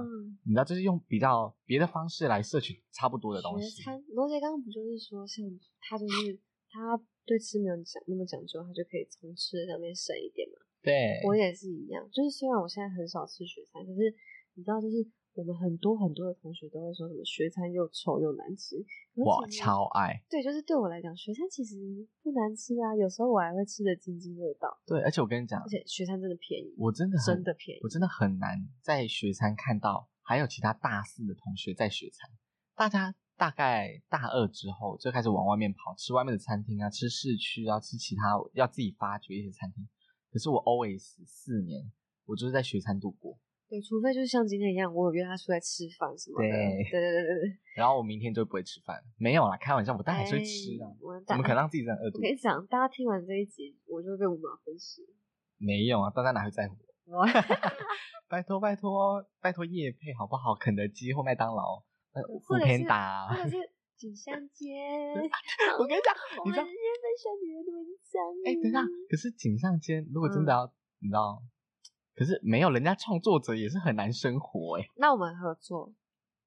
C: 你知道，就是用比较别的方式来摄取差不多的东西
A: 学。餐，罗杰刚刚不就是说，像他就是他对吃没有讲那么讲究，他就可以从吃的上面省一点嘛。
C: 对，
A: 我也是一样，就是虽然我现在很少吃学餐，可是你知道，就是我们很多很多的同学都会说什么学餐又臭又难吃，可是
C: 我
A: 其实
C: 超爱。
A: 对，就是对我来讲，学餐其实不难吃啊，有时候我还会吃的津津乐道，
C: 对，而且我跟你讲
A: 而，且学餐真的便宜，
C: 我真的很
A: 真的便宜
C: 我，真的很难在学餐看到还有其他大四的同学在学餐。大家大概大二之后就开始往外面跑，吃外面的餐厅啊，吃市区啊，吃其他要自己发掘一些餐厅。可是我 always 四年，我就是在学餐度过，
A: 对，除非就是像今天一样，我有约他出来吃饭什么的，
C: 对
A: 对对对对对，
C: 然后我明天就不会吃饭。没有啦，开玩笑，我当然还是会
A: 哎
C: 吃啊。
A: 我
C: 我
A: 打
C: 们可能让自己这样饿
A: 我
C: 肚
A: 跟你讲，大家听完这一集，我就会被五马分尸。
C: 没有啊，大家哪会在乎？
A: 哇
C: 拜托拜托拜托夜配好不好？肯德基或麦当劳、呃
A: 或
C: 福
A: 者
C: 田
A: 是
C: 达
A: 或
C: 啊， *laughs*
A: 者是锦香街，
C: 我跟你讲，
A: 我
C: 你
A: 们
C: 知道
A: 今天分享你们的文章。
C: 哎、等一
A: 嗯
C: 下，可是锦上街如果真的要，你知道，可是没有人家创作者也是很难生活哎、
A: 那我们合作，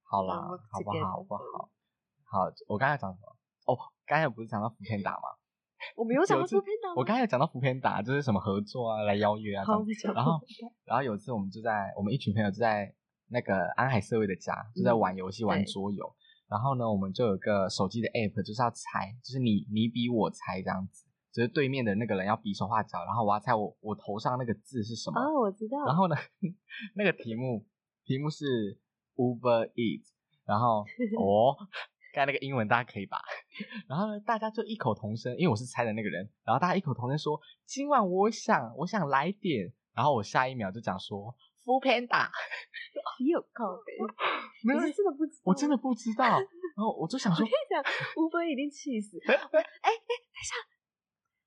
C: 好啦
A: 嗯，
C: 好不
A: together
C: 好？好不好？好，我刚才讲什么？哦，刚才不是讲到福田达吗？
A: 我们有讲到
C: 有
A: 图片档吗，
C: 我刚才有讲到福田达，就是什么合作啊，来邀约啊，这
A: 好，我
C: 样
A: 们讲
C: 然后
A: 图片档
C: 然后有一次我们就在我们一群朋友就在那个安海社会的家，就在玩游戏、玩
A: 嗯对
C: 桌游。然后呢，我们就有个手机的 app，就是要猜，就是你你比我猜这样子，就是对面的那个人要比手画脚，然后我要猜我我头上那个字是什么。
A: 哦，我知道，
C: 然后呢，那个题目题目是 Uber Eat，
A: *laughs*
C: 然后哦，刚才那个英文大家可以吧？ *laughs* 然后呢，大家就异口同声，因为我是猜的那个人，然后大家异口同声说：“今晚我想，我想来点。”然后我下一秒就讲说：“Food Panda。
A: 你有靠背，”
C: 没有
A: 你，是真的不知道，
C: 我真的。不知道。然后我就想
A: 我
C: 说
A: 跟，你讲，吴伯一定气死。哎哎，等一下，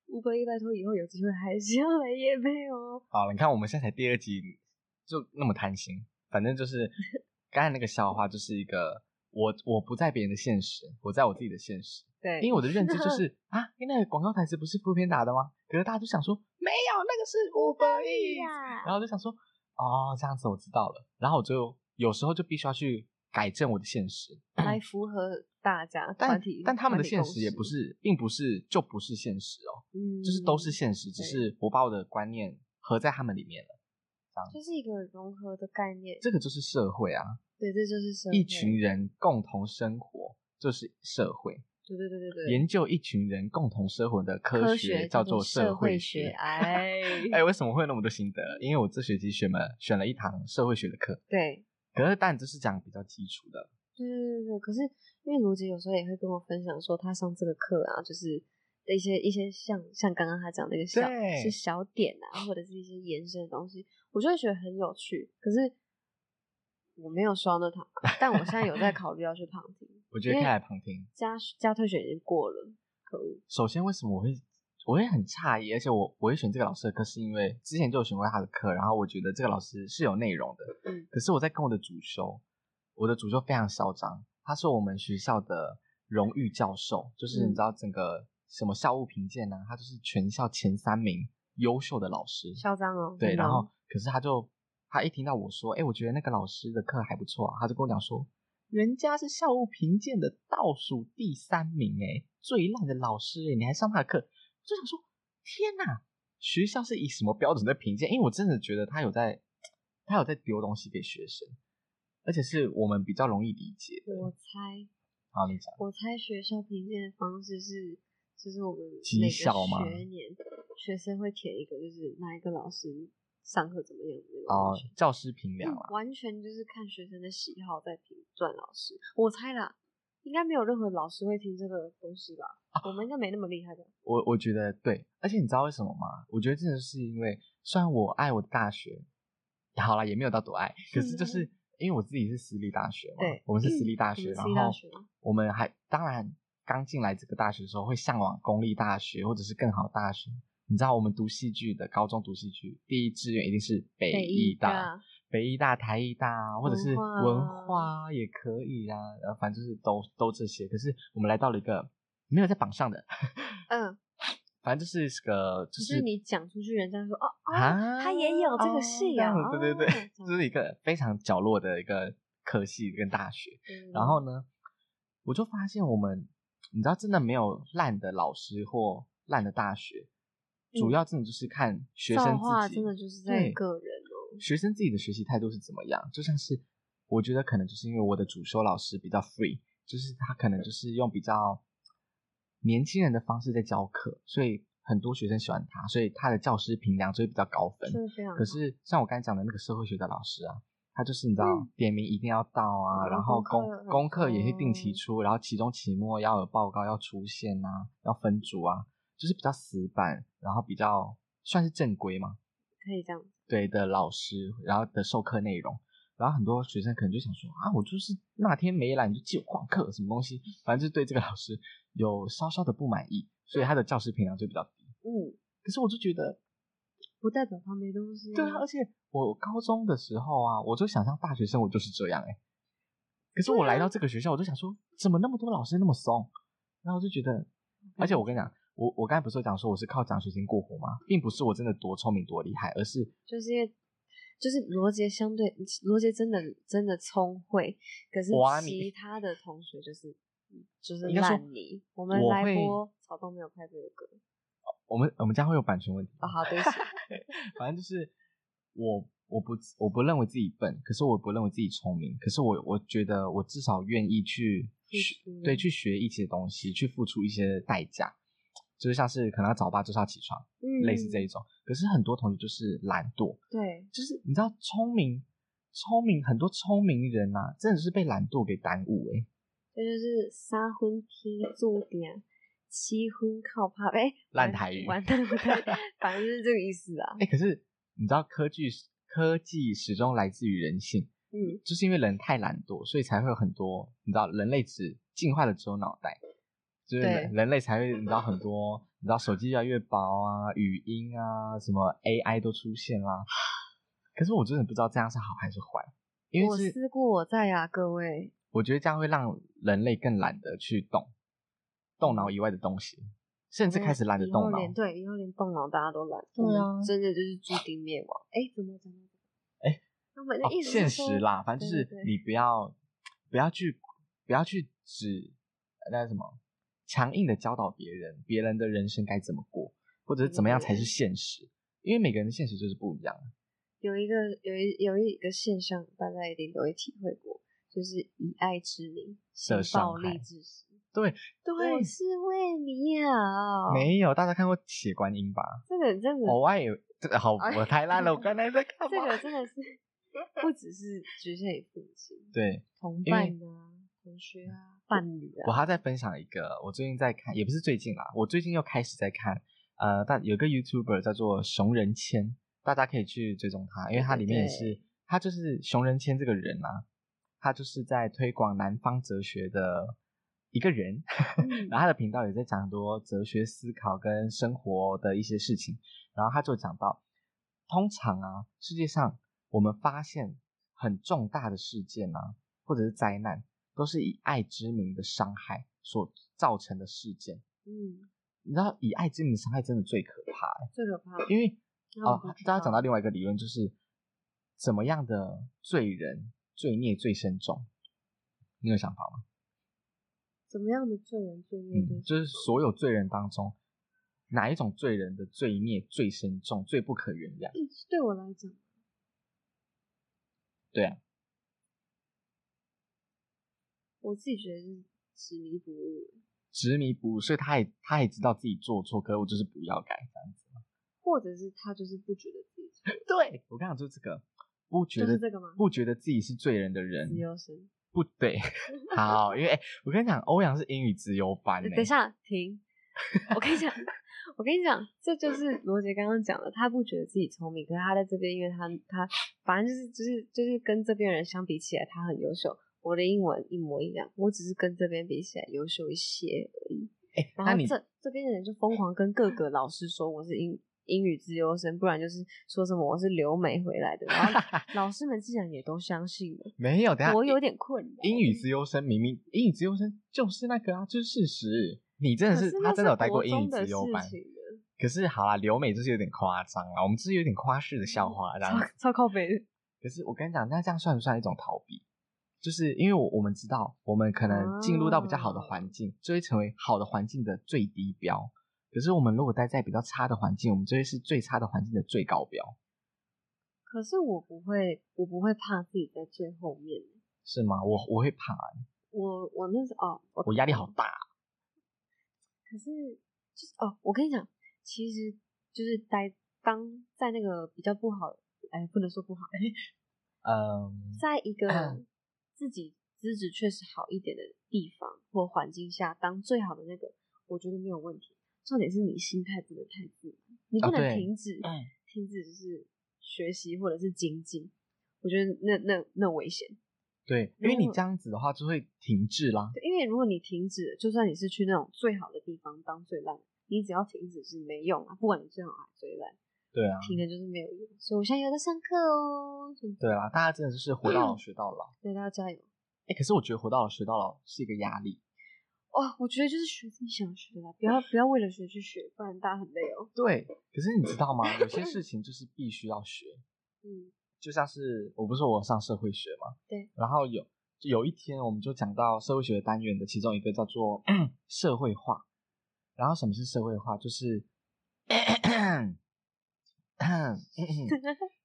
A: 吴伯一拜托以后有机会还是要来夜配哦。
C: *laughs* 好了，你看我们现在才第二集，就那么贪心。反正就是
A: *laughs*
C: 刚才那个笑话，就是一个我我不在别人的现实，我在我自己的现实。
A: 对，
C: 因为我的认
A: *laughs*
C: 知就是啊，那个广告台词不是副片打的吗？可是大家都想说没有，那个是 Uber Eats，
A: 呀
C: 然后我就想说哦，这样子我知道了，然后我就有时候就必须要去改正我的现实，
A: 来符合大家
C: 但
A: 团体，
C: 但他们的
A: 团体
C: 现
A: 共
C: 实也不
A: 识
C: 是，并不是就不是现实哦，
A: 嗯，
C: 就是都是现实，只是我把我的观念合在他们里面了。
A: 就是一个融合的概念。
C: 这个就是社会啊，
A: 对，这就是社会
C: 一群人共同生活就是社会。
A: 对对对对对，
C: 研究一群人共同生活的科
A: 学
C: 叫做
A: 社
C: 会
A: 学。
C: 学。 *laughs*
A: 哎
C: 哎，为什么会有那么多心得？因为我这学期选了选了一堂社会学的课，
A: 对
C: 可是但这是讲比较基础的，
A: 对对对对，可是因为罗杰有时候也会跟我分享说，他上这个课啊，就是的一些一些像像刚刚他讲的一个小
C: 对
A: 是小点啊，或者是一些延伸的东西，我就会觉得很有趣。可是我没有刷那堂课，但我现在有在考虑要去旁听。
C: 我觉得
A: 因
C: 可
A: 为
C: 以来旁听。
A: 加加退选已经过了，可恶。
C: 首先，为什么我会我会很诧异，而且我我会选这个老师的课，是因为之前就有选过他的课，然后我觉得这个老师是有内容的。
A: 嗯
C: 可是我在跟我的主修，我的主修非常嚣张，他是我们学校的荣誉教授，就是
A: 嗯
C: 你知道整个什么校务评鉴呢、他就是全校前三名优秀的老师。
A: 嚣张哦。
C: 对，
A: 真的
C: 然
A: 哦
C: 后可是他就他一听到我说，哎，我觉得那个老师的课还不错、啊，他就跟我讲说，人家是校务评鉴的倒数第三名，哎，最烂的老师，哎，你还上他的课，我就想说，天哪，学校是以什么标准在评鉴？因为我真的觉得他有在，他有在丢东西给学生，而且是我们比较容易理解的。
A: 我猜，
C: 好，你讲，
A: 我猜学校评鉴的方式是，就是我们
C: 绩
A: 每个
C: 效吗
A: 学年学生会填一个，就是哪一个老师上课怎么样的那种
C: 哦
A: 问卷。，
C: 教师评量
A: 嗯
C: 啊，
A: 完全就是看学生的喜好在评断老师，我猜啦，应该没有任何老师会听这个东西吧？
C: 啊
A: 我们应该没那么厉害吧？
C: 我我觉得对，而且你知道为什么吗？我觉得真的是因为，虽然我爱我的大学，好啦，也没有到多爱，可是就是因为我自己是私立大学嘛，
A: 嗯对嗯
C: 我们是私立大
A: 我
C: 学，
A: 们
C: 然
A: 私立大
C: 后
A: 学啊吗
C: 我们还当然刚进来这个大学的时候会向往公立大学或者是更好的大学。你知道我们读戏剧的，高中读戏剧，第一志愿一定是北
A: 北
C: 艺
A: 艺啊
C: 大，
A: 大
C: 北艺大、台艺大，啊或者是
A: 文化
C: 文化也可以啊，然后反正就是都都这些。可是我们来到了一个没有在榜上的，
A: 嗯，
C: 反正就是个就
A: 就是是你讲出去，人家说哦哦，
C: 啊，
A: 他也有这个戏啊
C: 哦
A: 哦
C: 对对对，
A: 这样
C: 就是一个非常角落的一个科系跟大学。
A: 嗯
C: 然后呢，我就发现我们，你知道，真的没有烂的老师或烂的大学，
A: 嗯
C: 主要真的就是看学
A: 造
C: 生
A: 化
C: 自己，
A: 真的就是在
C: 对
A: 个人哦。
C: 学生自己的学习态度是怎么样。就像是我觉得可能就是因为我的主修老师比较 free，就是他可能就是用比较年轻人的方式在教课，所以很多学生喜欢他，所以他的教师评量就会比较高分。
A: 就是非常
C: 可是像我刚才讲的那个社会学的老师啊，他就是你知道、
A: 嗯
C: 点名一定要到啊，
A: 嗯
C: 然后
A: 功
C: 功
A: 课
C: 功课也会定期
A: 嗯
C: 出，然后期中期末要有报告要出现啊，要分组啊，就是比较死板，然后比较算是正规嘛，
A: 可以这样，
C: 对的老师，然后的授课内容。然后很多学生可能就想说啊，我就是那天没来，你就记我旷课，什么东西，反正就对这个老师有稍稍的不满意，所以他的教师评量就比较低。
A: 嗯，
C: 可是我就觉得
A: 不代表他没东西。
C: 对啊，而且我高中的时候啊，我就想象大学生活就是这样哎、可是
A: 对
C: 我
A: 啊
C: 来到这个学校，我就想说，怎么那么多老师那么松？然后我就觉得，
A: 嗯
C: 而且我跟你讲，我我刚才不是有讲说我是靠奖学金过活吗？并不是我真的多聪明多厉害，而是
A: 就是因为就是罗杰相对罗杰真的真的聪慧，可是
C: 挖啊你
A: 其他的同学就是就是
C: 应该说
A: 烂泥。我们
C: 我
A: 来
C: 会
A: 播草东没有拍这个歌
C: 我们我们家会有版权问题
A: 啊，好对不起，
C: 反正就是我我不我不认为自己笨，可是我不认为自己聪明，可是我我觉得我至少愿意去
A: 付
C: 学
A: 出，
C: 对，去学一些东西，去付出一些代价，就是像是可能要早八就是要起床，
A: 嗯
C: *laughs* 类似这一种。可是很多同学就是懒惰，
A: 对，
C: 就是你知道聪明。聪明很多聪明人呐、啊，真的是被懒惰给耽误欸诶、
A: 这就是三分踢住点。七分靠怕，哎、
C: 烂
A: 完
C: 台语
A: 完蛋不对， *laughs* 反正就是这个意思啊。
C: 欸诶、可是你知道科技科技始终来自于人性，
A: 嗯，
C: 就是因为人太懒惰，所以才会有很多你知道，人类只进化的只有脑袋，就是
A: 对
C: 人人类才会你知道很多，你知道手机越来越薄啊，语音啊，什么 AI 都出现啦。可是我真的不知道这样是好还是坏，因
A: 我
C: 为是
A: 思故我在呀、各位，
C: 我觉得这样会让人类更懒得去动动脑以外的东西，甚
A: 嗯
C: 至开始懒得
A: 以
C: 动
A: 后
C: 脑。
A: 连对，以后连动脑大家都懒，
C: 对啊
A: 我们真的就是注定灭亡。哎，怎么讲到这个？
C: 哎
A: 那么
C: 哦
A: 那意思是
C: 现
A: 说
C: 实，啦，反正就
A: 对
C: 是
A: 对对
C: 你不要不要去不要去指那叫什么强硬的教导别人别人的人生该怎么过，或者是怎么样才
A: 嗯
C: 是现实，因为每个人的现实就是不一样。
A: 有一个有一有一个现象，大家一定都会体会过，就是以爱之名，性
C: 的
A: 暴
C: 伤害
A: 力之实。
C: 对
A: 我
C: 对，
A: 是为你好。
C: 没哦有大家看过《血观音》吧？
A: 这个真的，
C: 我爱有这个好，我太烂了，我刚才在干
A: 哎 *laughs* 这个
C: 嘛？
A: 真的
C: *laughs*
A: 是不只是局限于父母亲，
C: 对，
A: 同
C: 因为
A: 伴啊、同学啊、伴侣
C: 我
A: 啊，
C: 还在分享一个，我最近在看，也不是最近啦，我最近又开始在看，呃，但有个 YouTuber 叫做熊仁谦，大家可以去追踪他，因为他里面也
A: 对
C: 是，他就是熊仁谦这个人啊，他就是在推广南方哲学的一个人， *laughs*
A: 嗯
C: 然后他的频道也在讲很多哲学思考跟生活的一些事情，然后他就讲到，通常啊，世界上我们发现很重大的事件啊，或者是灾难，都是以爱之名的伤害所造成的事件。
A: 嗯，
C: 你知道，以爱之名的伤害真的最可怕、欸，
A: 最可怕。
C: 因为
A: 那我
C: 哦
A: 不知，
C: 大家讲
A: 道
C: 到另外一个理论，就是怎么样的罪人罪孽最深重，你有想法吗？
A: 怎么样的罪人罪孽最
C: 嗯，就是所有罪人当中，哪一种罪人的罪孽最深重、最不可原谅？
A: 嗯对我来讲，
C: 对啊，
A: 我自己觉得是执迷不悟，
C: 执迷不悟，所以他也他也知道自己做错，可是我就是不要改这样子。
A: 或者是他就是不觉得自己错，
C: 对我刚讲就是这个，不觉
A: 就
C: 得
A: 是这个吗？
C: 不觉得自己是罪人的人
A: 自，由神。
C: 不对。 *laughs* 好，因为、哎我跟你讲，欧阳是英语自由班、欸，
A: 哎等一，下，停！我跟你讲，我跟你讲，这就是罗杰刚刚讲的，他不觉得自己聪明，可是他在这边，因为他他反正就是就是就是跟这边人相比起来，他很优秀。我的英文一模一样，我只是跟这边比起来优秀一些而已。
C: 哎、
A: 然
C: 那
A: 后
C: 你
A: 这这边的人就疯狂跟各个老师说我是英英语自由生，不然就是说什么我是留美回来的。然
C: *laughs*
A: 后老师们竟然也都相信了，
C: 没有？等一下
A: 我有点困扰。
C: 英语自由生明明英语自由生就是那个啊，就是事实。你真
A: 可是
C: 的
A: 那
C: 他真的有待
A: 国
C: 过英语
A: 中的
C: 自由
A: 事
C: 班，
A: 情了
C: 可是好啦，留美就是有点夸张啊，我们这是有点夸
A: 嗯
C: 饰的笑话啊这样子。
A: 超超靠北的。
C: 可是我跟你讲，那这样算不算一种逃避？就是因为我我们知道，我们可能进入到比较好的环
A: 啊
C: 境，就会成为好的环境的最低标。可是我们如果待在比较差的环境，我们就会是最差的环境的最高标，
A: 可是我不会，我不会怕自己在最后面。
C: 是吗？我我会怕欸，
A: 我我那时候哦，我
C: 我压力好大。
A: 可是就是哦，我跟你讲，其实就是待当在那个比较不好，哎，不能说不好，
C: 嗯，
A: 在一个自己资质确实好一点的地方或环境下，当最好的那个，我觉得没有问题。重点是你心态不能太自满，你
C: 啊
A: 不能
C: 对
A: 停止，
C: 嗯
A: 停止就是学习或者是精进。我觉得那那那危险。
C: 对，因为
A: 如
C: 你
A: 果
C: 这样子的话就会停滞啦。
A: 对，因为如果你停止了，就算你是去那种最好的地方当最烂，你只要停止是没用啊，不管你最好还是最烂，
C: 对啊，
A: 停了就是没有用。所以我现在有在上课哦，什么
C: 对啦，大家真的就是活到老学到老。
A: 对大家加油
C: 哎、可是我觉得活到老学到老是一个压力。
A: 哦！我觉得就是学自己想学的啦，不要不要为了学去学，不然大家很累哦。
C: 对，可是你知道吗？有些事情就是必须要学，
A: 嗯，
C: 就像是我不是说我上社会学嘛，
A: 对，
C: 然后有就有一天我们就讲到社会学的单元的其中一个叫做 *clears throat* 社会化，然后什么是社会化？就是 *clears throat* *coughs*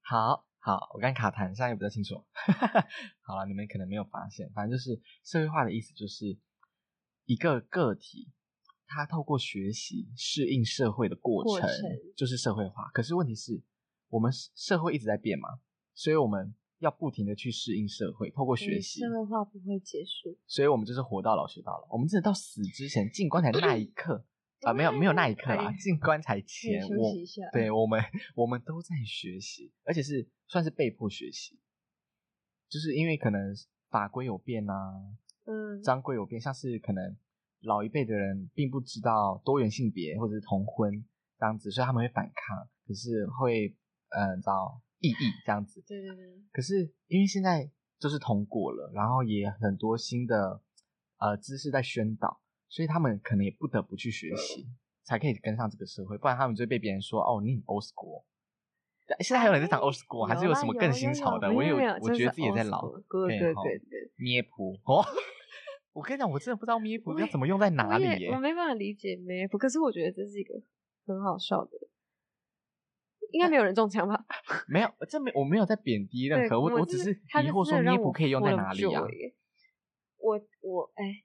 C: 好好，我刚卡痰，现在也比较清楚。 *laughs* 好了，你们可能没有发现，反正就是社会化的意思，就是一个个体他透过学习适应社会的过
A: 过
C: 程，
A: 程
C: 就是社会化。可是问题是我们社会一直在变嘛，所以我们要不停的去适应社会，透过学
A: 嗯
C: 习，
A: 社会化不会结束，
C: 所以我们就是活到老学到老。我们真的到死之前进棺材那一
A: *laughs*
C: 刻啊、没有没有那一刻啦，进棺材
A: 可以
C: 前
A: 休
C: 我
A: 息一下。，
C: 对我们， *laughs* 我们都在学习，而且是算是被迫学习，就是因为可能法规有变啊，
A: 嗯，
C: 章规有变，像是可能老一辈的人并不知道多元性别或者是同婚这样子，所以他们会反抗，可是会呃，你知道异议这样子。
A: 对对对，
C: 可是因为现在就是通过了，然后也很多新的呃知识在宣导，所以他们可能也不得不去学习，才可以跟上这个社会，不然他们就会被别人说哦，你很 old school。但现在还有人在讲 old school，还是
A: 哎有啦
C: 什么更新潮的？
A: 有
C: 我也
A: 有
C: 有
A: 没有，
C: 我觉得自己也在老
A: 对
C: 对
A: 对
C: 吼
A: 对对。
C: 咩谱哦。 *laughs* 我跟你讲，我真的不知道咩谱
A: 我
C: 要
A: 也
C: 怎么用在哪里
A: 我也
C: 耶
A: 我。没办法理解没，不，可是我觉得这是一个很好笑的。应该没有人中枪吧？
C: 没有，这没我没有在贬低 *laughs* 任
A: 对，
C: 何，我
A: 我
C: 只
A: 真
C: 是
A: 的他
C: 疑
A: 就
C: 惑
A: 真
C: 说
A: 的
C: 你
A: 让
C: 不
A: 我
C: 可以用
A: 哭
C: 在
A: 了
C: 哪
A: 很
C: 里
A: 久
C: 啊？
A: 耶我我哎，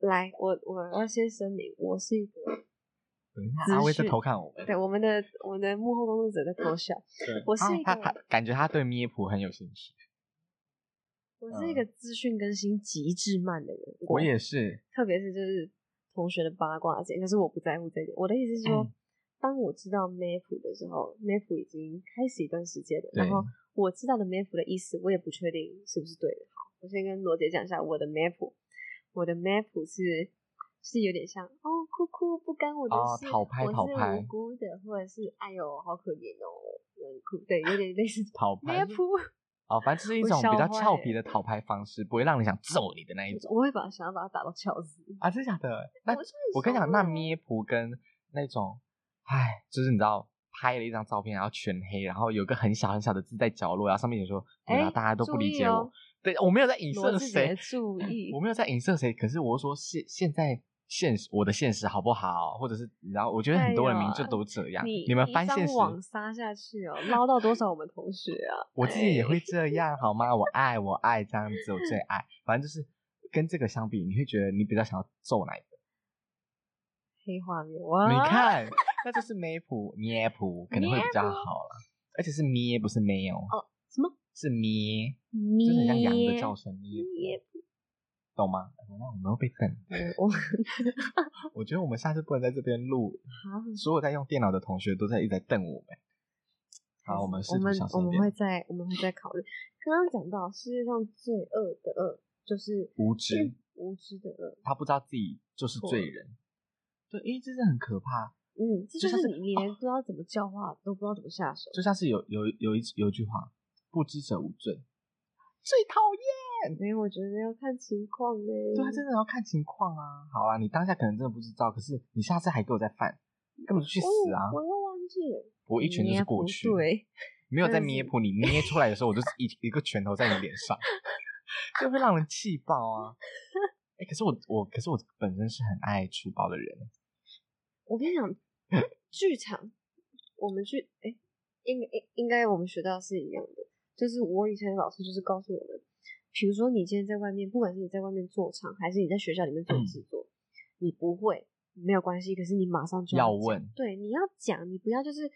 A: 来，我我要先声明，我是一个
C: 嗯
A: 资
C: 阿威在
A: 讯
C: 偷看我们，
A: 对我们的我们的幕后工作者在偷笑，
C: 对
A: 我是
C: 啊
A: 一
C: 他
A: 个
C: 他感觉他对咩谱很有兴趣，
A: 我是一个资讯更新极致慢的人。
C: 我也是，
A: 特别是就是同学的八卦这件，可是我不在乎这一点。我的意思是说，
C: 嗯
A: 当我知道 map 的时候，map 已经开始一段时间了。
C: 对
A: 然后我知道的 map 的意思，我也不确定是不是对的。好，我先跟罗姐讲一下我的 map，我的 map 是。是有点像哦，哭哭不干我的
C: 哦
A: 事，
C: 讨拍
A: 我
C: 讨
A: 是
C: 拍
A: 无辜的，或者是哎呦好可怜哦，很哭，对，有点类似
C: *laughs* 讨拍
A: map，
C: 哦，反正就是一
A: 我
C: 种比
A: 笑
C: 较
A: 坏
C: 俏皮的讨拍方式，不会让你想揍你的那一种
A: *laughs* 我会把想要把它打到翘死。
C: 啊，真的假的？那
A: 我真的
C: 我跟你
A: 想
C: 讲，那
A: 问
C: 咩谱跟那种，唉，就是你知道拍了一张照片，然后全黑，然后有个很小很小的字在角落，然后上面写说，对啊，
A: 哎
C: 大家都不
A: 注
C: 理
A: 意
C: 解我
A: 哦，
C: 对我没有在影
A: 罗
C: 射
A: 志杰
C: *laughs* 谁，嗯
A: 注意
C: 我没有在影射谁，可是我是说现现在现实我的现实好不好，或者是然后我觉得很多人
A: 哎呦
C: 明明就都这样，
A: 你
C: 们
A: 一
C: 翻
A: 张
C: 现实，
A: 网撒下去哦，捞到多少我们同学啊？
C: *laughs* 我自己也会这样好吗？我爱我爱这样子，我
A: *laughs*
C: 最爱，反正就是跟这个相比，你会觉得你比较想要揍哪一个？
A: 黑画面哇！
C: 你，
A: *laughs*
C: 看，那就是咩谱咩谱可能会比较好啦，而且是咩不是咩哦，
A: 哦什么？
C: 是咩，就
A: 就是
C: 很像羊的叫声咩， *laughs*
A: 咩
C: 懂吗？哎那我们会被瞪。
A: 我
C: 我觉得我们下次不能在这边录，
A: 好，
C: 所有在用电脑的同学都在一直在瞪我们。好，我们试
A: 嗯我
C: 图
A: 们
C: 小
A: 我
C: 声一
A: 们
C: 点。
A: 会再我们会再考虑。刚刚讲到世界上最恶的恶就是
C: 无知，
A: 无知的恶。
C: 他不知道自己就是罪人。对，因为这是很可怕。
A: 嗯，这就
C: 就像
A: 是
C: 是哦
A: 你连不知道怎么教化，都不知道怎么下手。
C: 就像是有有有一有一句话，不知者无罪，最讨厌。
A: 没有，我觉得要看情况呢。
C: 对啊，真的要看情况啊。好啊，你当下可能真的不知道，可是你下次还给我再犯，根本就去
A: 哦
C: 死啊！
A: 我又忘记了，
C: 我一拳就是过
A: 捏
C: 去，
A: 不，对，
C: 没有在
A: 真的
C: 捏
A: 是
C: 破你，捏出来的时候我就是一一个拳头在你脸上， *laughs* 就会让人气爆啊！哎、可是我我可是我本身是很爱粗暴的人，欸
A: 我跟你
C: *laughs*
A: 讲，剧场，我们去，哎、应应应该我们学到是一样的，就是我以前的老师就是告诉我们，比如说你今天在外面，不管是你在外面做场，还是你在学校里面
C: 嗯
A: 做制作，你不会没有关系，可是你马上就
C: 要
A: 讲
C: 问，
A: 对，你要讲，你不要就是，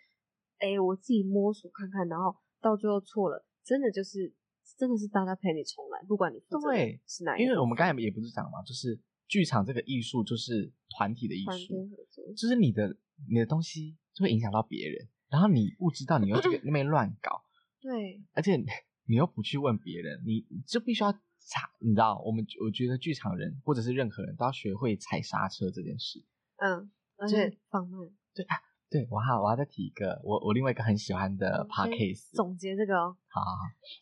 A: 哎、我自己摸索看看，然后到最后错了，真的就是真的是大家陪你重来，不管你负责的
C: 对
A: 是哪一个部分，
C: 因为我们刚才也不是讲嘛，就是剧场这个艺术就是团体的艺
A: 团队
C: 术，
A: 合作，
C: 就是你的你的东西就会影响到别人，然后你不知道你又
A: 嗯
C: 这个那边乱搞，
A: 对，
C: 而且你又不去问别人，你就必须要踩，你知道，我们我觉得剧场人或者是任何人都要学会踩刹车这件事。
A: 嗯，而
C: 就是
A: 且放慢。
C: 对，我还我要再提一个，我我另外一个很喜欢的
A: 嗯
C: podcast，
A: 总结这个哦，
C: 好好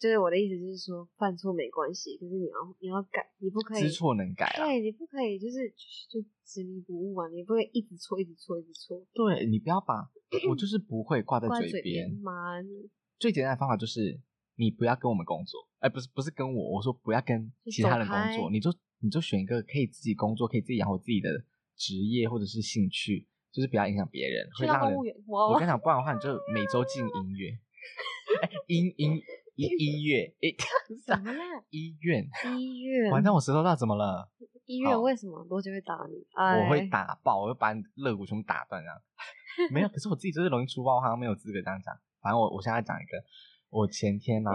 A: 就是我的意思就是说，犯错没关系，可是你要你要改，你不可
C: 好，
A: 以
C: 知错能改啊。
A: 对，你不可以就是就就执迷不悟啊，你不可以一直错，一直错，一直错，
C: 对你不要把我就是不会挂在
A: 挂在
C: 嘴
A: 嘴
C: 边
A: 边。妈，你
C: 最简单的方法就是你不要跟我们工作，哎、不是不是跟我，我说不要跟
A: 就
C: 其他
A: 走
C: 人工作，
A: 开
C: 你就你就选一个可以自己工作、可以自己养活自己的职业或者是兴趣，就是不要影响别人，
A: 去
C: 会
A: 当
C: 让人
A: 公务员，哦我
C: 我跟你讲，不然的话你就每
A: *laughs*
C: 周进音乐，哎音音音音乐，哎，
A: *laughs* 怎么啦？
C: 医院。
A: 医院，
C: 完蛋，我舌头到怎么了？
A: 医
C: 好
A: 院为什么罗姐会打你？哎
C: 我会，打爆，我会把你肋骨全部打断这样。 *laughs* 没有，可是我自己就是容易粗暴，我好像没有资格这样讲。反正我我现在讲一个，我前天
A: *clears throat*
C: 呢、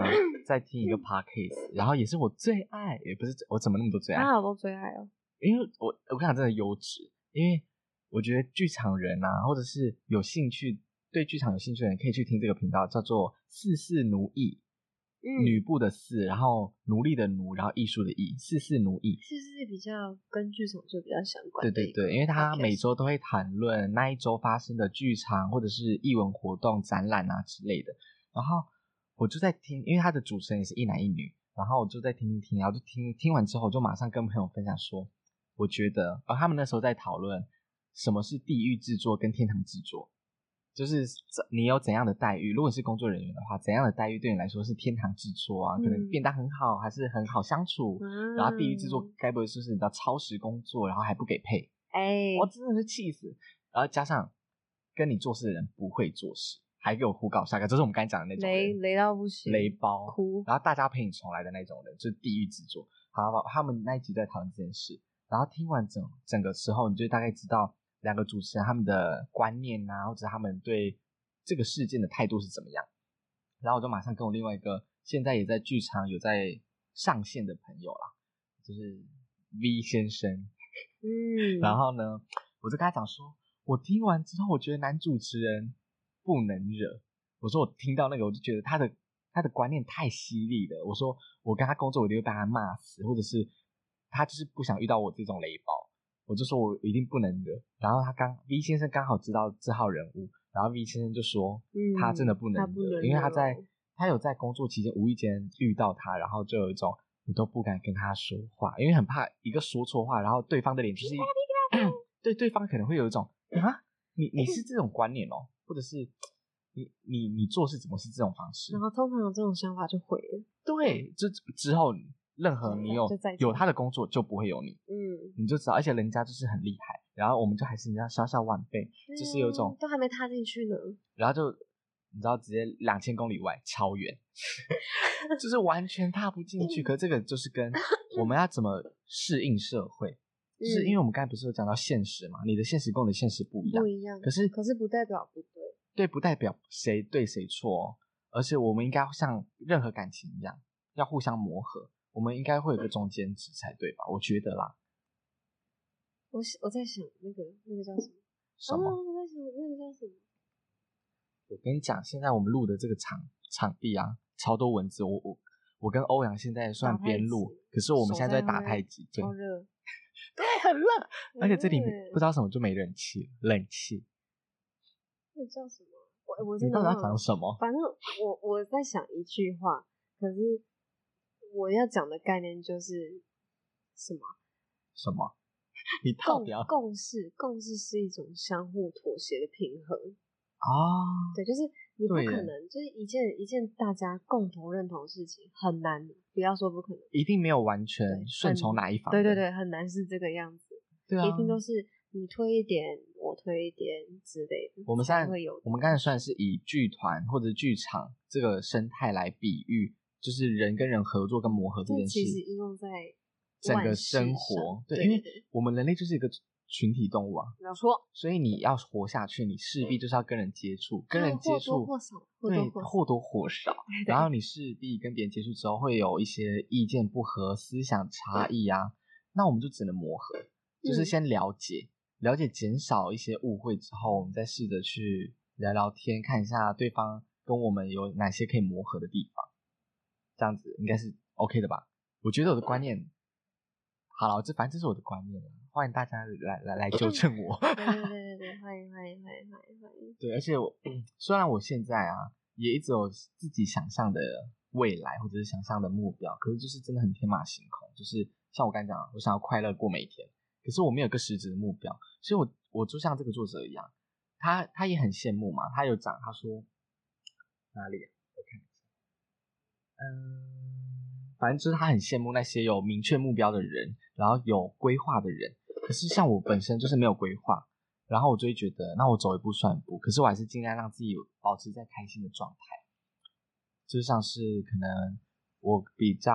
C: 在听
A: 嗯
C: 一个 podcast，然后也是我最爱，也不是我怎么那么多最爱，
A: 他好多最爱哦，
C: 因为我我跟你讲真的优质，因为我觉得剧场人啊，或者是有兴趣对剧场有兴趣的人，可以去听这个频道，叫做“四四奴役”，
A: 嗯
C: 女部的四，然后奴隶的奴，然后艺术的艺，四四奴役。
A: 就是比较跟剧场就比较相关
C: 对
A: 的，
C: 对对，因为他每周都会谈论那一周发生的剧场或者是艺文活动、展览啊之类的。然后我就在听，因为他的主持人也是一男一女，然后我就在听听听，然后就听听完之后，我就马上跟朋友分享说，我觉得，呃，他们那时候在讨论什么是地狱制作跟天堂制作，就是这你有怎样的待遇，如果你是工作人员的话，怎样的待遇对你来说是天堂制作啊？可能
A: 嗯
C: 便当很好，还是很好相处，然后地狱制作
A: 嗯，
C: 该不会就是你知道超时工作，然后还不给配？
A: 哎，
C: 我真的是气死！然后加上跟你做事的人不会做事，还给我胡搞瞎搞，就是我们刚才讲的那种
A: 雷
C: 人
A: 雷到不行，
C: 雷包，
A: 哭。
C: 然后大家陪你重来的那种人，就是地狱之作。好，他们那一集在讨论这件事，然后听完整整个之后，你就大概知道两个主持人他们的观念啊，或者他们对这个事件的态度是怎么样。然后我就马上跟我另外一个现在也在剧场有在上线的朋友啦，就是 V 先生，
A: 嗯，
C: 然后呢，我就跟他讲说，我听完之后，我觉得男主持人不能惹。我说我听到那个，我就觉得他的他的观念太犀利了。我说我跟他工作，我一定会把他骂死，或者是他就是不想遇到我这种雷包。我就说我一定不能惹。然后他刚 V 先生刚好知道这号人物，然后 V 先生就说
A: 嗯
C: 他真的不能
A: 他
C: 惹，
A: 不能
C: 因为他
A: 惹
C: 在他有在工作期间无意间遇到他，然后就有一种我都不敢跟他说话，因为很怕一个说错话，然后对方的脸就是 *clears throat* 一对对方可能会有
A: *laughs*
C: 一种啊，你你是这种观念哦，或者是你你你做事怎么是这种方式
A: 然？后通常有这种想法就毁了。
C: 对，之之后任何你有
A: 就再见
C: 有他的工作就不会有你，
A: 嗯，
C: 你就知道，而且人家就是很厉害，然后我们就还是人家小小晚辈，就是有一种
A: 嗯都还没踏进去呢。
C: 然后就你知道，直接两千公里外，超远， *laughs* 就是完全踏不进去。可是这个就是跟我们要怎么适应社会，就是因为我们刚才不是有讲到现实嘛，你的现实跟我的现实不一样
A: 不，一样，
C: 可是
A: 可是不代表不对。
C: 对不代表谁对谁错、哦，而是我们应该像任何感情一样，要互相磨合，我们应该会有个中间值才对吧？我觉得啦，
A: 我想我在想那个那个叫什么？
C: 什么？
A: 啊、我在想那个叫什么？
C: 我跟你讲，现在我们录的这个场场地啊，超多蚊子。我我我跟欧阳现在算
A: 打太
C: 边录
A: 极，
C: 可是我们现在在
A: 手在
C: 打
A: 那哦
C: 太极，对
A: 超热，
C: 对，很热，而且这里
A: 很热
C: 不知道什么就没人气，冷气。
A: 那个叫什么？我我
C: 你
A: 真的
C: 到底
A: 忘
C: 要讲
A: 了。
C: 什么？
A: 反正我我在想一句话，可是我要讲的概念就是什么？
C: 什么？你到
A: 共
C: 底要啊？
A: 共识，共识是一种相互妥协的平衡。
C: 哦
A: 对，就是你不
C: 对耶
A: 可能，就是一件一件大家共同认同的事情很难，不要说不可能，
C: 一定没有完全
A: 对
C: 顺从哪一方。
A: 对对，对，很难是这个样子，
C: 对啊
A: 一，定都是你推一点，我推一点之类的。
C: 我们现在
A: 才会有的，
C: 我们刚才算是以剧团或者剧场这个生态来比喻，就是人跟人合作跟磨合这
A: 这
C: 件事
A: 其。实应用在
C: 整个
A: 万事
C: 生
A: 上
C: 活，
A: 对，
C: 因为
A: 对
C: 我们人类就是一个群体动物啊，
A: 对没有错，
C: 所以你要活下去，你势必就是要跟人接触，跟人接触
A: 嗯或多或少或
C: 对
A: 多或少
C: 或多或少，
A: *laughs* 对
C: 然后你势必跟别人接触之后会有一些意见不合、思想差异啊，那我们就只能磨合，就是
A: 嗯
C: 先了解，了解减少一些误会之后，我们再试着去聊聊天，看一下对方跟我们有哪些可以磨合的地方，这样子应该是 OK 的吧？我觉得我的观念，好了，这反正这是我的观念了，欢迎大家来来
A: 嗯
C: 来纠正我。
A: 对对对对对，欢迎欢迎欢迎欢
C: *laughs*
A: 迎欢迎，
C: 对，而且我虽然我现在啊也一直有自己想象的未来或者是想象的目标，可是就是真的很天马行空，就是像我刚才讲的，我想要快乐过每一天，可是我没有一个实质的目标，所以我我就像这个作者一样，他他也很羡慕嘛，他有讲他说哪里啊、我看一下，嗯，反正就是他很羡慕那些有明确目标的人，然后有规划的人，可是像我本身就是没有规划，然后我就会觉得，那我走一步算一步，可是我还是尽量让自己保持在开心的状态。就像是可能我比较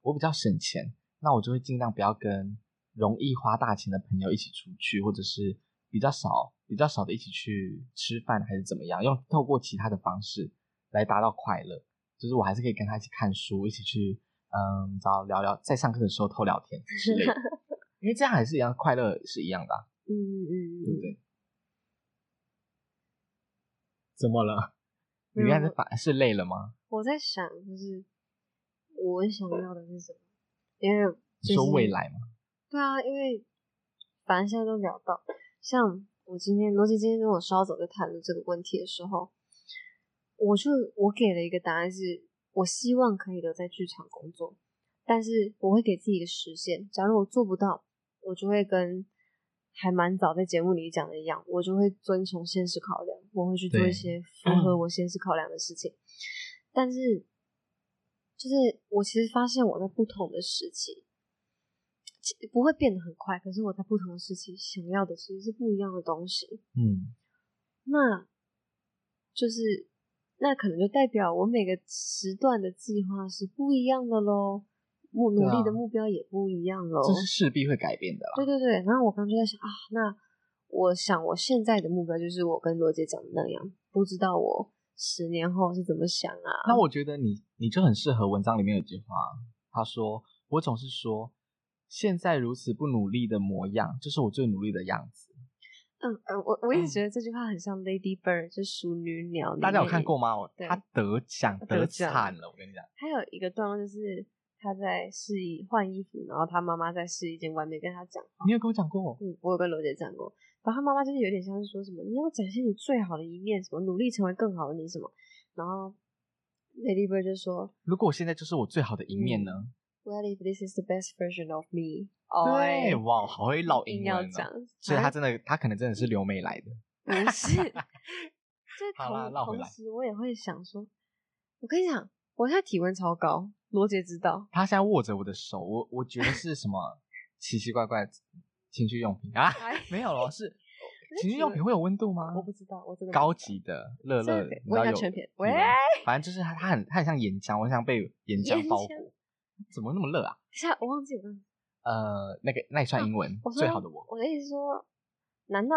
C: 我比较省钱，那我就会尽量不要跟容易花大钱的朋友一起出去，或者是比较少比较少的一起去吃饭，还是怎么样，用透过其他的方式来达到快乐。就是我还是可以跟他一起看书，一起去嗯，找聊聊，在上课的时候偷聊天之类的，因为这样还是一样，快乐是一样的啊、
A: 嗯嗯嗯
C: 对不
A: 嗯。
C: 对？怎么了？
A: 没
C: 你
A: 有
C: 刚才
A: 我
C: 反是累了吗？
A: 我在想，就是我想要的是什么？因为、就是、
C: 你说未？来吗？
A: 对啊，因为反正现在都聊到，像我今天罗辑今天跟我稍早在谈论这个问题的时候，我就我给了一个答案是，我希望可以留在剧场工作，但是我会给自己一个时限。假如我做不到，我就会跟还蛮早在节目里讲的一样，我就会遵从现实考量，我会去做
C: 对
A: 一些符合我现实考量的事情。但是，就是我其实发现我在不同的时期，其不会变得很快，可是我在不同的时期想要的其实是不一样的东西。
C: 嗯，
A: 那就是那可能就代表我每个时段的计划是不一样的喽，我努
C: 对啊
A: 力的目标也不一样喽。
C: 这是势必会改变的啦。
A: 对对对，然后我刚刚就在想啊，那我想我现在的目标就是我跟罗姐讲的那样，不知道我十年后是怎么想啊？
C: 那我觉得你你就很适合文章里面有一句话，啊他说：“我总是说，现在如此不努力的模样，就是我最努力的样子。
A: 嗯呃，我我一直觉得这句话很像 Lady Bird，就是《熟女鸟》。”
C: 大家有看过？吗？我
A: 对
C: 他得奖
A: 得
C: 得
A: 奖
C: 惨了，我跟你讲，
A: 还有一个段落就是她在试衣换衣服，然后她妈妈在试衣间外面跟她讲话。
C: 你有跟我讲过，
A: 嗯，我有跟罗姐讲过，然后她妈妈就是有点像是说什么你要展现你最好的一面，什么努力成为更好的你什么，然后 Lady Bird 就说
C: 如果我现在就是我最好的一面
A: 嗯
C: 呢？
A: Well, if this is the best version of me，
C: 对，
A: 哎
C: 哇，好会唠
A: 硬
C: 英
A: 要
C: 文
A: 讲啊
C: 哦。，所以他
A: 反
C: 真的，他可能真的是留美来的。
A: 正不
C: *laughs*
A: 是，就是
C: 好啦
A: 同
C: 绕回
A: 同
C: 来
A: 时我也会想说，我跟你讲，我现在体温超高，罗杰知道，
C: 他现在握着我的手，我我觉得是什
A: *laughs*
C: 么奇奇怪怪的情趣用品啊？
A: 哎
C: 没有哦，是
A: 是
C: 情趣用品会有温度吗？
A: 我不知道，我真的不知道
C: 高级的乐乐，
A: 这个
C: 你知
A: 问
C: 道
A: 一下
C: 有
A: 全片
C: 有
A: 喂
C: 吗反正就是它，它很它很像岩浆，我想被岩浆包
A: 岩浆
C: 裹，怎么那么热啊？
A: 等一下我忘记我刚
C: 呃，那个那一串英文、
A: 嗯我说
C: 最好的我，
A: 我的意思说，难道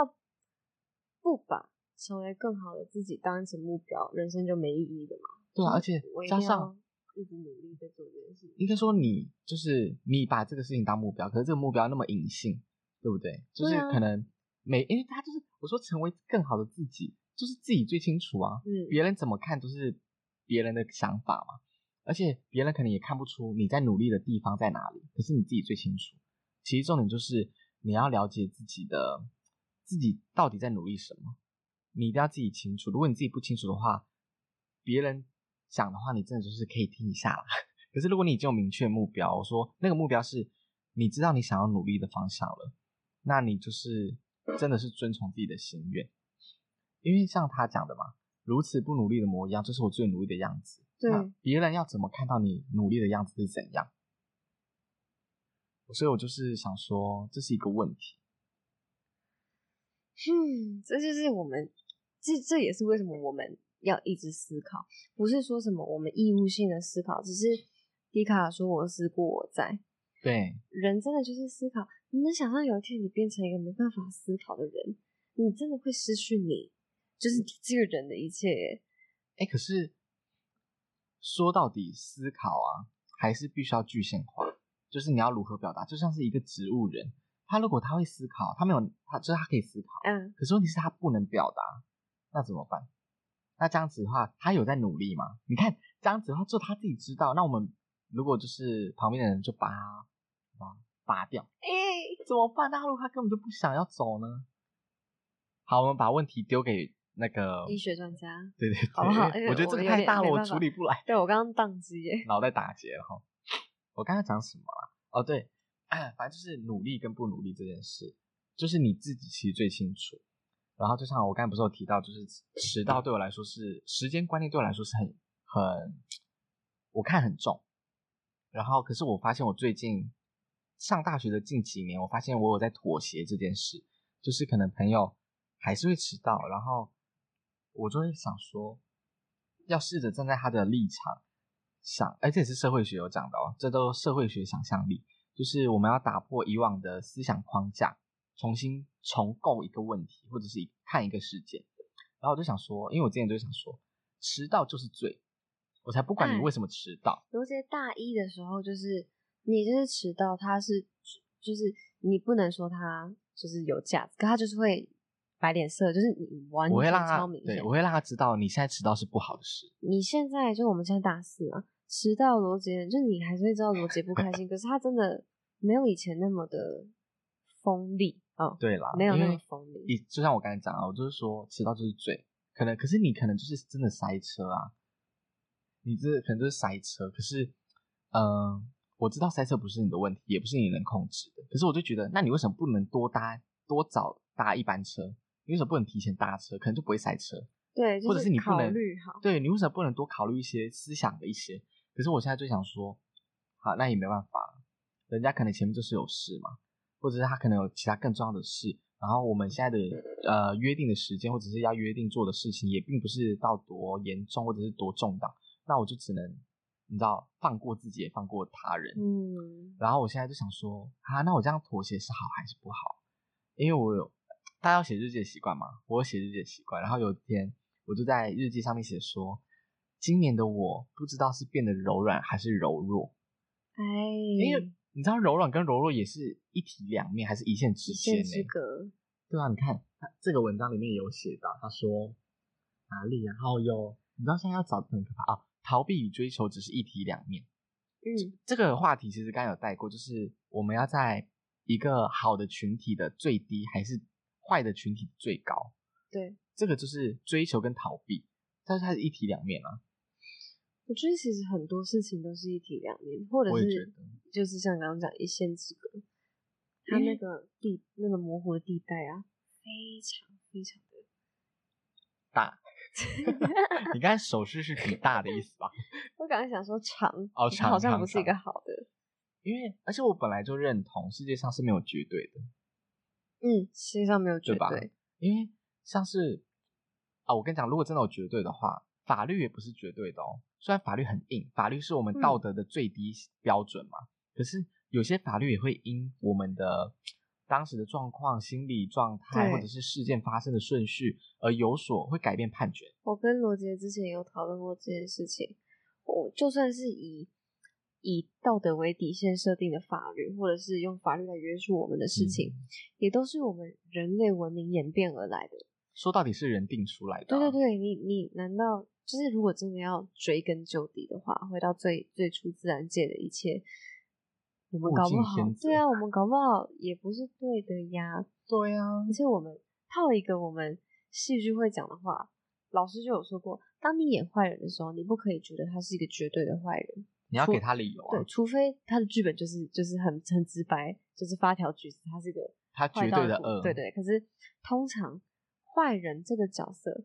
A: 不把成为更好的自己当成目标，人生就没意义的吗？
C: 对啊，
A: 就
C: 而且
A: 我一
C: 加
A: 定
C: 上
A: 要一直努力在做这件事情。
C: 应该说你就是你把这个事情当目标，可是这个目标那么隐性，对不对？就是
A: 对啊
C: 可能每因为他就是我说成为更好的自己，就是自己最清楚啊，
A: 嗯，
C: 别人怎么看都是别人的想法嘛，而且别人可能也看不出你在努力的地方在哪里，可是你自己最清楚。其实重点就是你要了解自己的自己到底在努力什么，你一定要自己清楚。如果你自己不清楚的话，别人讲的话你真的就是可以听一下啦。 *laughs* 可是如果你已经有明确目标，我说那个目标是你知道你想要努力的方向了，那你就是真的是遵从自己的心愿，因为像他讲的嘛，如此不努力的模样，这是我最努力的样子。
A: 对
C: 那别人要怎么看到你努力的样子是怎样？所以我就是想说，这是一个问题。
A: 嗯，这就是我们，这这也是为什么我们要一直思考，不是说什么我们义务性的思考，只是迪卡尔说“我思故我在
C: 对，”，
A: 人真的就是思考。你能想象有一天你变成一个没办法思考的人，你真的会失去你，就是这个人的一切耶。
C: 哎，可是说到底，思考啊，还是必须要具象化，就是你要如何表达，就像是一个植物人，他如果他会思考，他没有，他就是他可以思考，
A: 嗯，
C: 可是问题是他不能表达，那怎么办？那这样子的话，他有在努力吗？你看这样子的话，就他自己知道。那我们如果就是旁边的人就把他啊拔掉，
A: 哎、
C: 怎么办？那如果他根本就不想要走呢？好，我们把问题丢给那个
A: 医学专家，
C: 对对对，
A: 好不好因为
C: 我觉得
A: 我
C: 这个
A: 有
C: 太
A: 点
C: 大了，
A: 没
C: 我
A: 办
C: 处
A: 法
C: 理不来。
A: 对我刚刚宕机耶。
C: 脑袋打结了哈。我刚刚讲什么了？哦，对，反正就是努力跟不努力这件事，就是你自己其实最清楚。然后就像我刚才不是有提到，就是迟到对我来说是时间观念对我来说是很很我看很重。然后可是我发现我最近上大学的近几年，我发现我有在妥协这件事，就是可能朋友还是会迟到，然后我就会想说，要试着站在他的立场想，哎，这也是社会学有讲的哦，这都社会学想象力，就是我们要打破以往的思想框架，重新重构一个问题，或者是一看一个事件。然后我就想说，因为我之前就想说，迟到就是罪，我才不管你
A: 哎
C: 为什么迟到。
A: 罗杰大一的时候，就是你就是迟到，他是就是你不能说他就是有架子，可他就是会摆脸色，就是啊你完
C: 我会
A: 全
C: 让
A: 超
C: 他
A: 明
C: 对，
A: 显
C: 我。会让他知道你现在迟到是不好的事。
A: 你现在就我们现在大四嘛，迟到罗杰，就你还是会知道罗杰不开心，可是他真的没有以前那么的锋利哦，
C: 对啦，
A: 没有
C: 因
A: 那么
C: 为
A: 锋利。
C: 一就像我刚才讲啊，我就是说迟到就是罪，可能可是你可能就是真的塞车啊，你这可能就是塞车，可是嗯、呃我知道塞车不是你的问题，也不是你能控制的，可是我就觉得，那你为什么不能多搭多早搭一班车？你为什么不能提前搭车？可能就不会塞车。
A: 对，
C: 或
A: 就
C: 者是你不
A: 考
C: 能
A: 虑好。
C: 对你为什么不能多考虑一些思想的一些？可是我现在就想说，好，那也没办法，人家可能前面就是有事嘛，或者是他可能有其他更重要的事，然后我们现在的呃约定的时间，或者是要约定做的事情，也并不是到多严重或者是多重大，那我就只能你知道放过自己，也放过他人。
A: 嗯，
C: 然后我现在就想说，啊，那我这样妥协是好还是不好？因为我有大家有写日记的习惯嘛，我有写日记的习惯。然后有一天，我就在日记上面写说，今年的我不知道是变得柔软还是柔弱，
A: 哎，
C: 因为你知道柔软跟柔弱也是一体两面，还是一线之
A: 一
C: 间
A: 线
C: 呢、
A: 之隔，
C: 对啊，你看他这个文章里面也有写到，他说哪里，然后有你知道现在要找的很可怕啊，逃避与追求只是一体两面。
A: 嗯
C: 这个话题其实刚刚有带过，就是我们要在一个好的群体的最低，还是坏的群体的最高？
A: 对，
C: 这个就是追求跟逃避，但是它是一体两面啊。
A: 我觉得其实很多事情都是一体两面，或者
C: 我也觉
A: 是
C: 得
A: 就是像刚刚讲一线之隔，它
C: 因
A: 那
C: 为
A: 个地那个模糊的地带啊，非常非常的
C: 大， *laughs* 你刚才手势是比大的意思吧？
A: 我刚才想说长，
C: 哦长
A: 好像
C: 长
A: 不是一
C: 长
A: 个好的。
C: 因为而且我本来就认同世界上是没有绝对的，
A: 嗯，世界上没有绝
C: 对吧
A: 对。
C: 因为像是啊，我跟你讲，如果真的有绝对的话，法律也不是绝对的哦。虽然法律很硬，法律是我们
A: 嗯
C: 道德的最低标准嘛，可是有些法律也会因我们的当时的状况、心理状态，
A: 对
C: 或者是事件发生的顺序而有所会改变判决。
A: 我跟罗杰之前有讨论过这件事情。我就算是以以道德为底线设定的法律，或者是用法律来约束我们的事情，
C: 嗯
A: 也都是我们人类文明演变而来的。
C: 说到底是人定出来的、啊
A: 对对，对，你你难道就是如果真的要追根究底的话，回到最最初自然界的一切，我们
C: 物
A: 搞不
C: 竞
A: 好
C: 天，
A: 对
C: 择
A: 啊，我们搞不好也不是对的呀。
C: 对呀、
A: 而且我们套一个我们戏剧会讲的话，老师就有说过，当你演坏人的时候，你不可以觉得他是一个绝对的坏人，
C: 你要
A: 错
C: 给他理由啊
A: 对，，除非他的剧本就是就是很很直白，就是发条橘子，他是一个
C: 他
A: 坏
C: 绝
A: 到
C: 对的
A: 不
C: 恶，
A: 对对。可是通常坏人这个角色，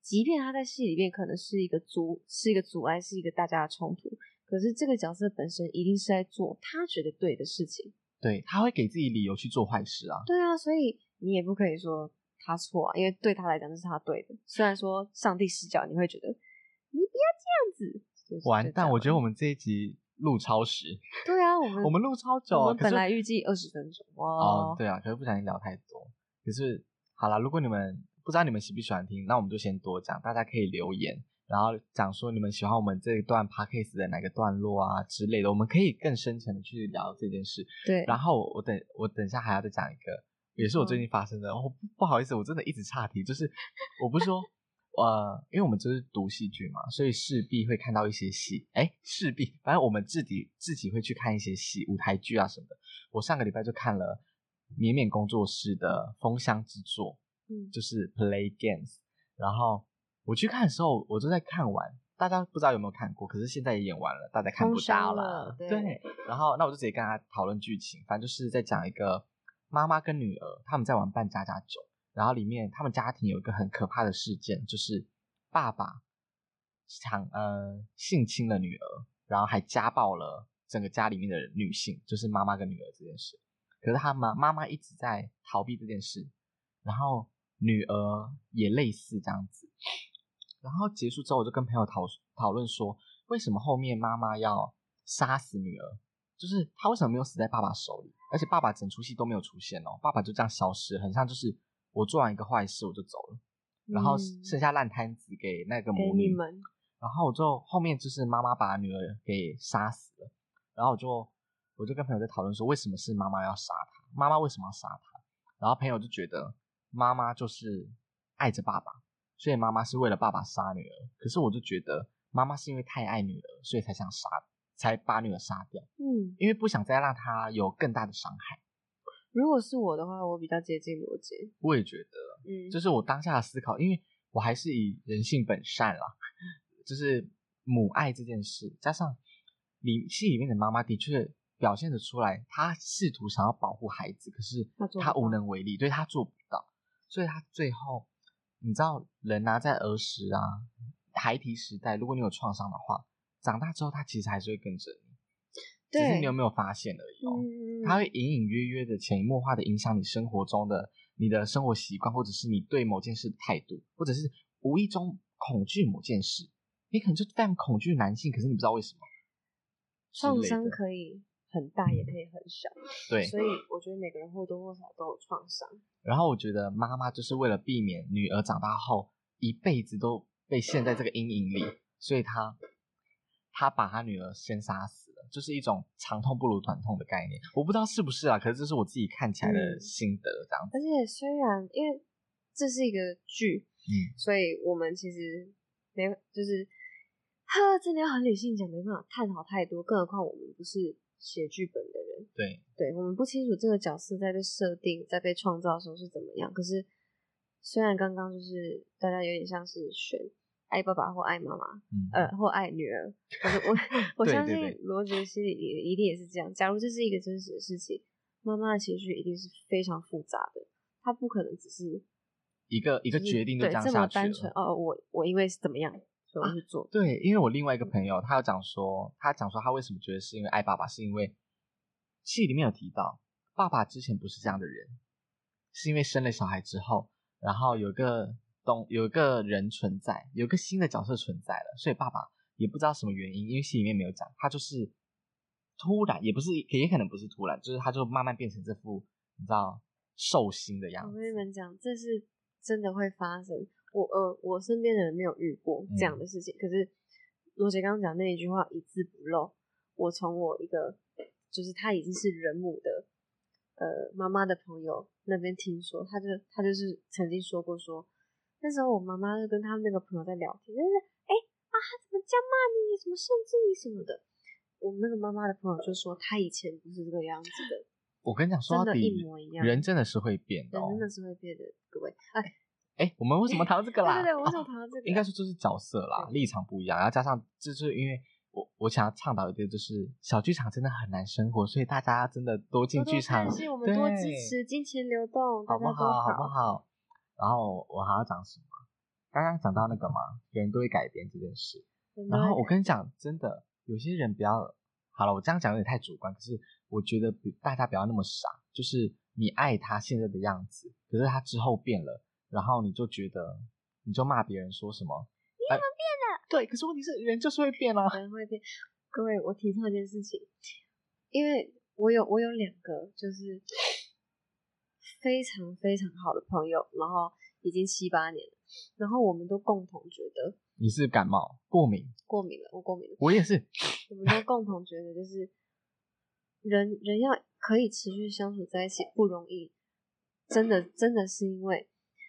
A: 即便他在戏里面可能是一个阻是一个阻碍，是一个大家的冲突，可是这个角色本身一定是在做他觉得对的事情。
C: 对，他会给自己理由去做坏事啊。
A: 对啊，所以你也不可以说他错啊，因为对他来讲这是他对的。虽然说上帝视角你会觉得你不要这样子，就是
C: 完蛋，我觉得我
A: 们
C: 们这一集录超时。
A: 对啊，我们
C: 我们录超久，哦
A: 我
C: 啊
A: 们
C: 可是
A: 本来预计二十分钟
C: 哦
A: 哇，，
C: 对啊，可是不小心聊太多。可是好啦，如果你们不知道你们喜不喜欢听，那我们就先多讲，大家可以留言，然后讲说你们喜欢我们这一段 podcast 的哪个段落啊之类的，我们可以更深层的去聊这件事。
A: 对
C: 然后我等我等一下还要再讲一个，也是我最近发生的。哦，不不好意思，我真的一直岔题，就是我不是说呃，因为我们就是读戏剧嘛，所以势必会看到一些戏，哎，势必，反正我们自己自己会去看一些戏，舞台剧啊什么的。我上个礼拜就看了绵绵工作室的《风箱之作》，
A: 嗯
C: 就是 Play Games。然后我去看的时候，我就在看完，大家不知道有没有看过，可是现在也演完了，大家看
A: 封
C: 不
A: 杀
C: 到
A: 了对
C: 对，然后那我就直接跟他讨论剧情，反正就是在讲一个妈妈跟女儿他们在玩扮家家酒，然后里面他们家庭有一个很可怕的事件，就是爸爸强呃性侵了女儿，然后还家暴了整个家里面的女性，就是妈妈跟女儿这件事。可是他妈妈妈一直在逃避这件事，然后女儿也类似这样子。然后结束之后，我就跟朋友讨讨论说，为什么后面妈妈要杀死女儿？就是她为什么没有死在爸爸手里？而且爸爸整出戏都没有出现哦，爸爸就这样消失，很像就是我做完一个坏事我就走了，然后
A: 嗯
C: 剩下烂摊子给那个
A: 给
C: 母
A: 你
C: 女。
A: 们
C: 然后我就后面就是妈妈把女儿给杀死了，然后我就我就跟朋友在讨论说，为什么是妈妈要杀他？妈妈为什么要杀他？然后朋友就觉得妈妈就是爱着爸爸，所以妈妈是为了爸爸杀女儿。可是我就觉得妈妈是因为太爱女儿，所以才想杀，才把女儿杀掉，
A: 嗯，
C: 因为不想再让她有更大的伤害。
A: 如果是我的话，我比较接近罗杰，
C: 我也觉得，
A: 嗯，
C: 就是我当下的思考，因为我还是以人性本善啦，就是母爱这件事，加上里戏里面的妈妈的确表现得出来，她试图想要保护孩子，可是
A: 她做不
C: 她
A: 到
C: 无能为力，对她做不到，所以她最后，你知道人啊，在儿时啊、孩提时代，如果你有创伤的话，长大之后他其实还是会跟着你，只
A: 对
C: 是你有没有发现而已哦。
A: 嗯，
C: 它会隐隐约约的、潜移默化的影响你生活中的你的生活习惯，或者是你对某件事的态度，或者是无意中恐惧某件事，你可能就非常恐惧男性，可是你不知道为什么。之
A: 创
C: 类
A: 伤
C: 的
A: 可以很大，也可以很小，
C: 对，
A: 所以我觉得每个人或多或少都有创伤。
C: 然后我觉得妈妈就是为了避免女儿长大后一辈子都被陷在这个阴影里，所以她她把她女儿先杀死了，就是一种长痛不如短痛的概念。我不知道是不是啊，可是这是我自己看起来的
A: 嗯
C: 心得，这样子。
A: 而且虽然因为这是一个剧，
C: 嗯，
A: 所以我们其实没就是，呵，真的要很理性讲，没办法探讨太多，更何况我们不是写剧本的人，
C: 对，
A: 对我们不清楚这个角色在被设定、在被创造的时候是怎么样。可是虽然刚刚就是大家有点像是选爱爸爸或爱妈妈，
C: 嗯，
A: 呃，或爱女儿，我
C: *laughs*
A: 我我
C: 对
A: 相
C: 对
A: 信
C: 对
A: 罗杰心里也一定也是这样。假如这是一个真实的事情，妈妈的情绪一定是非常复杂的，她不可能只是
C: 一个一个
A: 就是
C: 决定就
A: 对
C: 这样
A: 这
C: 下
A: 么
C: 去了啊
A: 单。纯哦，我我因为是怎么样，所以我去做。
C: 对，因为我另外一
A: 嗯
C: 个朋友，他有讲说，他讲说他为什么觉得是因为爱爸爸，是因为戏里面有提到，爸爸之前不是这样的人，是因为生了小孩之后，然后有一个东有一个人存在，有一个新的角色存在了，所以爸爸也不知道什么原因，因为戏里面没有讲，他就是突然，也不是也可能不是突然，就是他就慢慢变成这副你知道寿星的样
A: 我
C: 子，
A: 跟你们讲，这是真的会发生。我呃，我身边的人没有遇过这
C: 嗯
A: 样的事情，可是罗杰刚刚讲那一句话一字不漏。我从我一个就是他已经是人母的呃妈妈的朋友那边听说，他就他就是曾经说过说，那时候我妈妈就跟他们那个朋友在聊天，就是哎、啊他怎么这样骂你，什么限制你什么的。我们那个妈妈的朋友就说，他以前不是这个样子的，
C: 我跟你讲，说
A: 真
C: 到
A: 的，一
C: 底，
A: 模一样。
C: 人真的是会变的、
A: 人
C: 哦。
A: 真的是会变的，各位。啊，
C: 哎，我们为什么谈到这
A: *laughs*
C: 个
A: 对
C: 啦？
A: 对对，我
C: 啊
A: 想谈到这个，
C: 应该说就是角色啦，立场不一样，然后加上就是因为我我想要倡导一个，就是小剧场真的很难生活，所以大家真的多进
A: 多
C: 剧
A: 多
C: 场
A: 看，戏，我们
C: 对
A: 多支持金钱流动，大家
C: 好不
A: 都
C: 好？好不好？然后我还要讲什么？刚刚讲到那个嘛，人都会改变这件事。
A: 真的
C: 然后我跟你讲，真的有些人不要，好了，我这样讲有点太主观，可是我觉得不大家不要那么傻，就是你爱他现在的样子，可是他之后变了，然后你就觉得你就骂别人说什么。你怎么变了、对，可是问题是人就是会变啊。 *laughs*
A: 人会变。各位，我提倡一件事情，因为我有我有两个就是非常非常好的朋友，然后已经七八年了，然后我们都共同觉得
C: 你是感冒过敏，
A: 过敏了，我过敏了，
C: 我也是。
A: 我们都共同觉得，就是人人要可以持续相处在一起不容易，真的真的是因为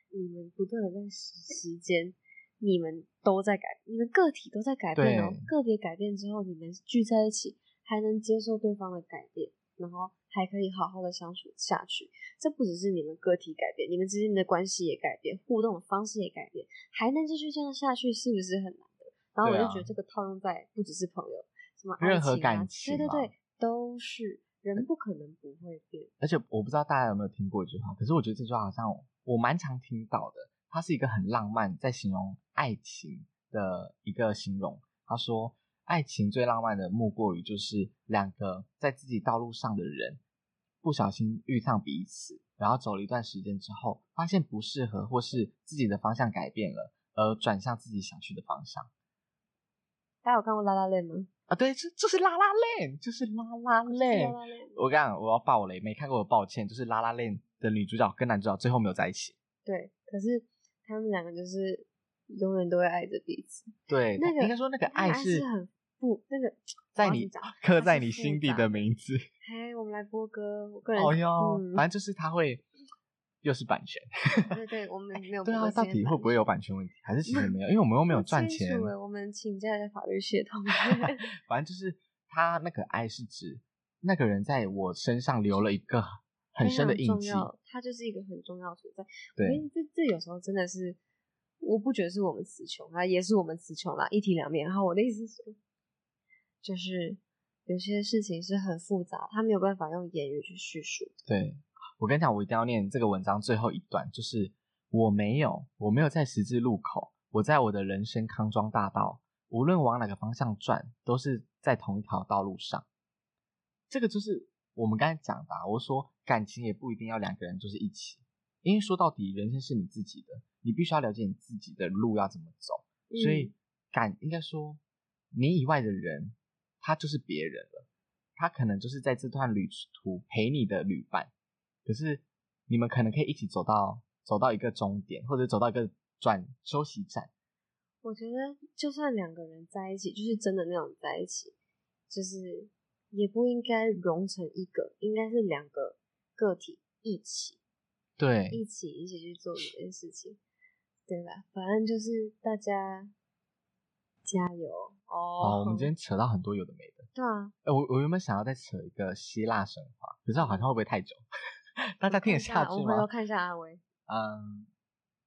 A: 你们不断的在时时间，你们都在改，你们个体都在改变哦
C: 对，
A: 个别改变之后，你们聚在一起还能接受对方的改变，然后还可以好好的相处下去。这不只是你们个体改变，你们之间的关系也改变，互动的方式也改变，还能继续这样下去，是不是很难得？然后我
C: 对
A: 就
C: 啊
A: 觉得这个套用在不只是朋友，什么
C: 任
A: 爱
C: 何
A: 情
C: 感
A: 啊
C: 情
A: 对
C: 嘛呃
A: 对对，都是人不可能不会变。
C: 而且我不知道大家有没有听过一句话，可是我觉得这句话好像我蛮常听到的。它是一个很浪漫，在形容爱情的一个形容。他说，爱情最浪漫的莫过于就是两个在自己道路上的人不小心遇上彼此，然后走了一段时间之后，发现不适合或是自己的方向改变了，而转向自己想去的方向。
A: 大家有看过《拉拉链》吗？
C: 啊，对，这就是拉拉链，就是拉拉
A: 就是
C: 链
A: 拉。拉链
C: 我跟你讲，我要爆雷，没看过的抱歉。就是《拉拉链》的女主角跟男主角最后没有在一起。
A: 对，可是他们两个就是永远都会爱着彼此。
C: 对，
A: 那个
C: 应该说那个
A: 爱
C: 爱是
A: 很不那个，
C: 在
A: 我要
C: 你
A: 怎么讲
C: 刻
A: 它
C: 在
A: 是
C: 你
A: 复
C: 心底
A: 杂
C: 的名字。
A: 嘿，我们来播歌。我个人
C: 哦哟，
A: 嗯
C: 反正就是他会，又是版权。
A: 对对，我们没有
C: 对
A: 播
C: 啊，
A: 歌
C: 到
A: 时间
C: 底会
A: 版
C: 不会
A: 权
C: 有版权问题？还是
A: *laughs*
C: 其实没有，因为我们又没有
A: 不
C: 赚
A: 清
C: 钱
A: 楚。欸我们请教一下法律系统。
C: 反正就是他那个爱是指那个人在我身上留了一个 *laughs* 很
A: 非
C: 深的
A: 常
C: 印
A: 重
C: 记。
A: 要，它就是一个很重要的存在。我跟
C: 对
A: 你这这有时候真的是，我不觉得是我们词穷啊，也是我们词穷啦，一体两面。然后我的意思是说，就是有些事情是很复杂，它没有办法用言语去叙述的。
C: 对，我跟你讲，我一定要念这个文章最后一段，就是我没有，我没有在十字路口，我在我的人生康庄大道，无论往哪个方向转，都是在同一条道路上。这个就是我们刚才讲的啊、我说感情也不一定要两个人就是一起，因为说到底，人生是你自己的，你必须要了解你自己的路要怎么走。所以
A: 嗯
C: 感应该说，你以外的人，他就是别人了，他可能就是在这段旅途陪你的旅伴，可是你们可能可以一起走到走到一个终点，或者走到一个转休息站。
A: 我觉得就算两个人在一起，就是真的那种在一起，就是也不应该融成一个，应该是两个个体一起
C: 对，
A: 一起一起去做这件事情，对吧？反正就是大家加油
C: 好，
A: 哦。
C: 我们今天扯到很多有的没的。
A: 对啊，
C: 哎，我我原本想要再扯一个希腊神话，可是好像会不会太久？ *laughs* 大家听得下
A: 我
C: 去
A: 回头
C: 吗？
A: 看一下阿威。
C: 嗯，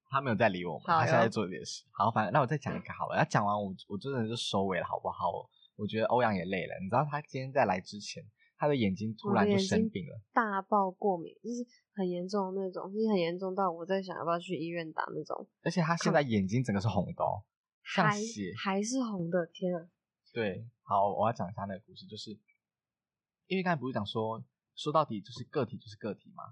C: 他没有在理我们，
A: 好
C: 他现在在
A: 哟
C: 做别的事。好，反正那我再讲一个好了。他讲完我我真的就收尾了，好不好？我我觉得欧阳也累了，你知道他今天在来之前，他的眼睛突
A: 我的
C: 然就
A: 眼
C: 生
A: 睛
C: 病了。
A: 大爆过敏，就是很严重的那种，就是很严重到我在想要不要去医院打那种，
C: 而且他现在眼睛整个是红的、哦，像
A: 还
C: 血。
A: 还是红的，天啊！
C: 对，好，我要讲一下那个故事，就是因为刚才不是讲说，说到底就是个体就是个体嘛。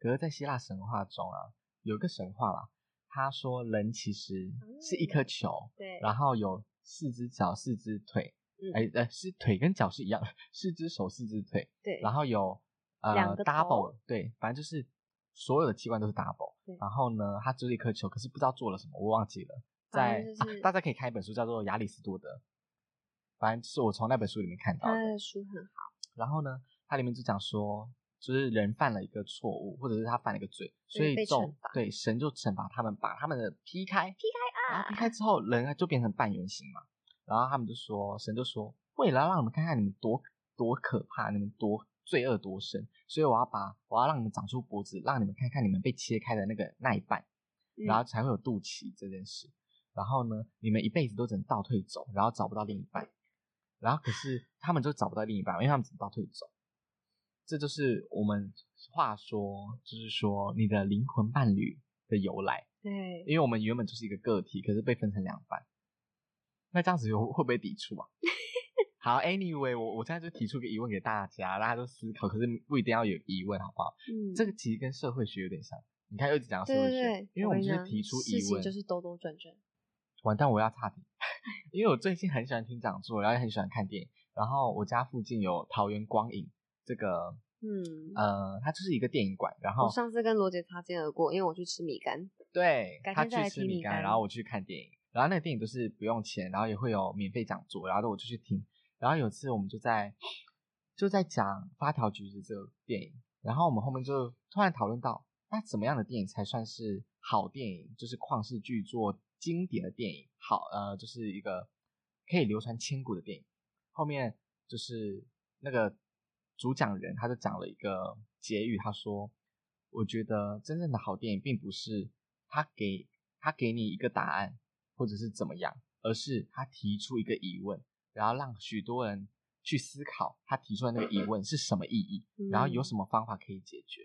C: 可是，在希腊神话中啊，有一个神话啦，他说人其实是
A: 嗯
C: 一颗球，
A: 对
C: 然后有四只脚、四只腿，
A: 嗯
C: 哎、呃，是腿跟脚是一样的，四只手、四只腿，
A: 对，
C: 然后有呃
A: 两个头
C: double，对，反正就是所有的器官都是 double
A: 对。
C: 然后呢，它只有一颗球，可是不知道做了什么，我忘记了。在
A: 反、正就是
C: 啊大家可以看一本书，叫做《亚里士多德》，反正就是我从那本书里面看到
A: 他
C: 的。
A: 的书很好，
C: 然后呢，它里面就讲说，就是人犯了一个错误，或者是他犯了一个罪，所
A: 对
C: 以
A: 被
C: 众
A: 惩罚
C: 对神就惩罚他们，把他们的劈开，劈开啊，然后劈开之后，人就变成半圆形嘛。然后他们就说，神就说，为了要让你们看看你们多多可怕，你们多罪恶多深，所以我要把我要让你们长出脖子，让你们看看你们被切开的那个那一半，
A: 嗯
C: 然后才会有肚脐这件事。然后呢，你们一辈子都只能倒退走，然后找不到另一半。然后可是他们就找不到另一半，因为他们只能倒退走。这就是我们话说，就是说你的灵魂伴侣的由来，
A: 对，
C: 因为我们原本就是一个个体，可是被分成两半。那这样子有会不会抵触啊？ *laughs* 好，anyway，我我现在就提出个疑问给大家，大家都思考，可是不一定要有疑问，好不好？
A: 嗯，
C: 这个其实跟社会学有点像。你看，又一直讲到社
A: 对
C: 会
A: 对
C: 学，
A: 对，
C: 因为我
A: 跟
C: 们
A: 你
C: 就是
A: 讲
C: 提出
A: 事
C: 疑
A: 情
C: 问，
A: 就是兜兜转转，
C: 完蛋，我要差题， *laughs* 因为我最近很喜欢听讲座，然后也很喜欢看电影。然后我家附近有桃园光影这个，
A: 嗯。
C: 呃，它就是一个电影馆，然
A: 我
C: 后
A: 哦上次跟罗姐擦肩而过，因为我去吃米干。
C: 对
A: 改
C: 他
A: 天再
C: 去
A: 来
C: 吃
A: 提
C: 米
A: 米
C: 干，
A: 干
C: 然后我去看电影，然后那个电影都是不用钱，然后也会有免费讲座，然后我就去听。然后有次我们就在就在讲《发条橘子》这个电影，然后我们后面就突然讨论到，那怎么样的电影才算是好电影？就是旷世巨作、经典的电影，好呃，就是一个可以流传千古的电影。后面就是那个主讲人，他就讲了一个结语，他说：“我觉得真正的好电影，并不是他给他给你一个答案，或者是怎么样，而是他提出一个疑问，然后让许多人去思考他提出的那个疑问是什么意义，然后有什么方法可以解决，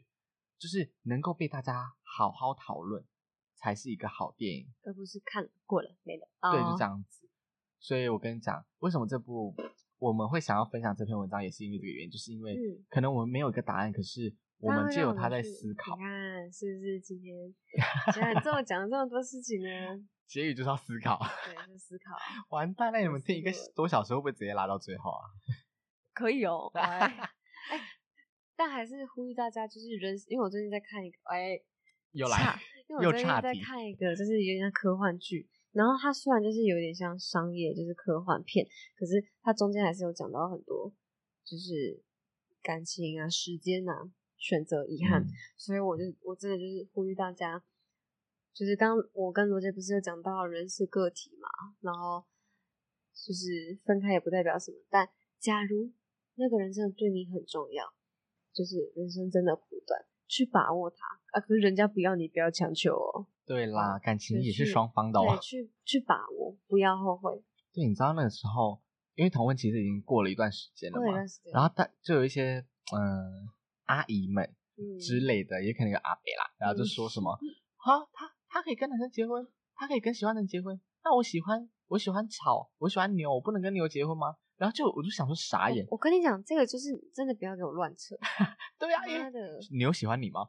C: 就是能够被大家好好讨论，才是一个好电影。”
A: 而不是看过了没了。
C: 对，就
A: 哦
C: 这。样子。所以我跟你讲，为什么这部我们会想要分享这篇文章，也是因为这个原因，就是因为
A: 嗯
C: 可能我们没有一个答案，可是我们
A: 就
C: 借由他在思考
A: 你。看是不是今天居然这么讲这么多事情呢？
C: 结语就是要思考，
A: 对，就思
C: *laughs*
A: 考。
C: 完蛋了！你们
A: 思
C: 听一个
A: 路
C: 多小时会不会直接拉到最后啊？
A: 可以哦，喂哎，但还是呼吁大家，就是人，因为我最近在看一个，哎，
C: 又
A: 差
C: 来，
A: 因为
C: 又
A: 我最近
C: 岔
A: 在
C: 题
A: 看一个，就是有点像科幻剧，然后它虽然就是有点像商业，就是科幻片，可是它中间还是有讲到很多，就是感情啊、时间啊、选择、遗憾，
C: 嗯
A: 所以我就我真的就是呼吁大家，就是刚刚我跟罗杰不是有讲到人是个体嘛，然后就是分开也不代表什么，但假如那个人真的对你很重要，就是人生真的苦短，去把握它啊！可是人家不要你，不要强求哦，
C: 对啦，感情
A: 就
C: 也是
A: 是
C: 双方的
A: 对，
C: 哦。
A: 去去把握，不要后悔。
C: 对，你知道那个时候，因为同婚其实已经过了一段时间了
A: 过一
C: 嘛
A: 段，时间，
C: 然后大就有一些嗯阿姨们，
A: 嗯
C: 之类的，也可能有阿北啦，然后就
A: 嗯
C: 说什么啊，他他可以跟男生结婚，他可以跟喜欢的人结婚，那我喜欢我喜欢草，我喜欢牛，我不能跟牛结婚吗？然后就我就想说傻眼
A: 我，我跟你讲，这个就是真的不要给我乱扯，
C: 对啊，因
A: 妈
C: 为
A: 的，
C: *laughs* 牛喜欢你吗？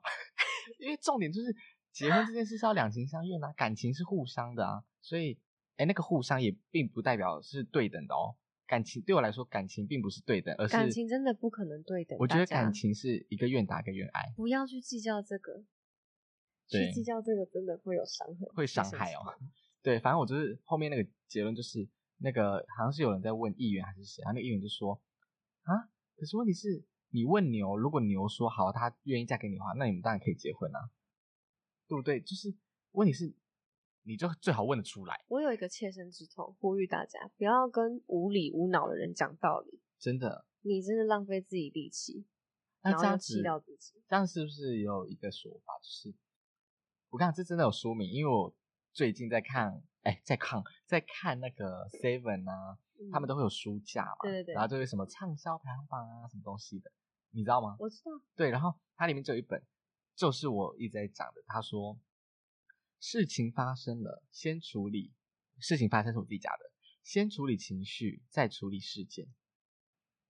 C: 因为重点就是结婚这件事是要两情相悦啊，感情是互相的啊，所以，哎，那个互相也并不代表是对等的哦。感情对我来说，感情并不是对等，而是
A: 感情真的不可能对等
C: 我觉得
A: 大家
C: 感情是一个愿打一个愿挨，
A: 不要去计较这个，
C: 对
A: 去计较这个真的会有伤痕，
C: 会伤害哦。 *laughs* 对，反正我就是后面那个结论就是那个好像是有人在问议员还是谁，然后那个议员就说啊，可是问题是你问牛，如果牛说好，他愿意嫁给你的话，那你们当然可以结婚啊，对不对？就是问题是你就最好问得出来，
A: 我有一个切身之痛，呼吁大家不要跟无理无脑的人讲道理，
C: 真的。
A: 你真的浪费自己力气，
C: 那
A: 然后
C: 这
A: 又
C: 样子
A: 气到自己。
C: 这样是不是也有一个说法？就是我刚这真的有说明，因为我最近在看，哎，在看，在看那个 Seven 啊，他们
A: 都
C: 都会有书架嘛，
A: 嗯对对对
C: 然后就会什么畅销排行榜啊，什么东西的，你知道吗？
A: 我知道，
C: 对，然后它里面就有一本，就是我一直在讲的，他说事情发生了，先处理事情发生是我自己讲的，先处理情绪，再处理事件。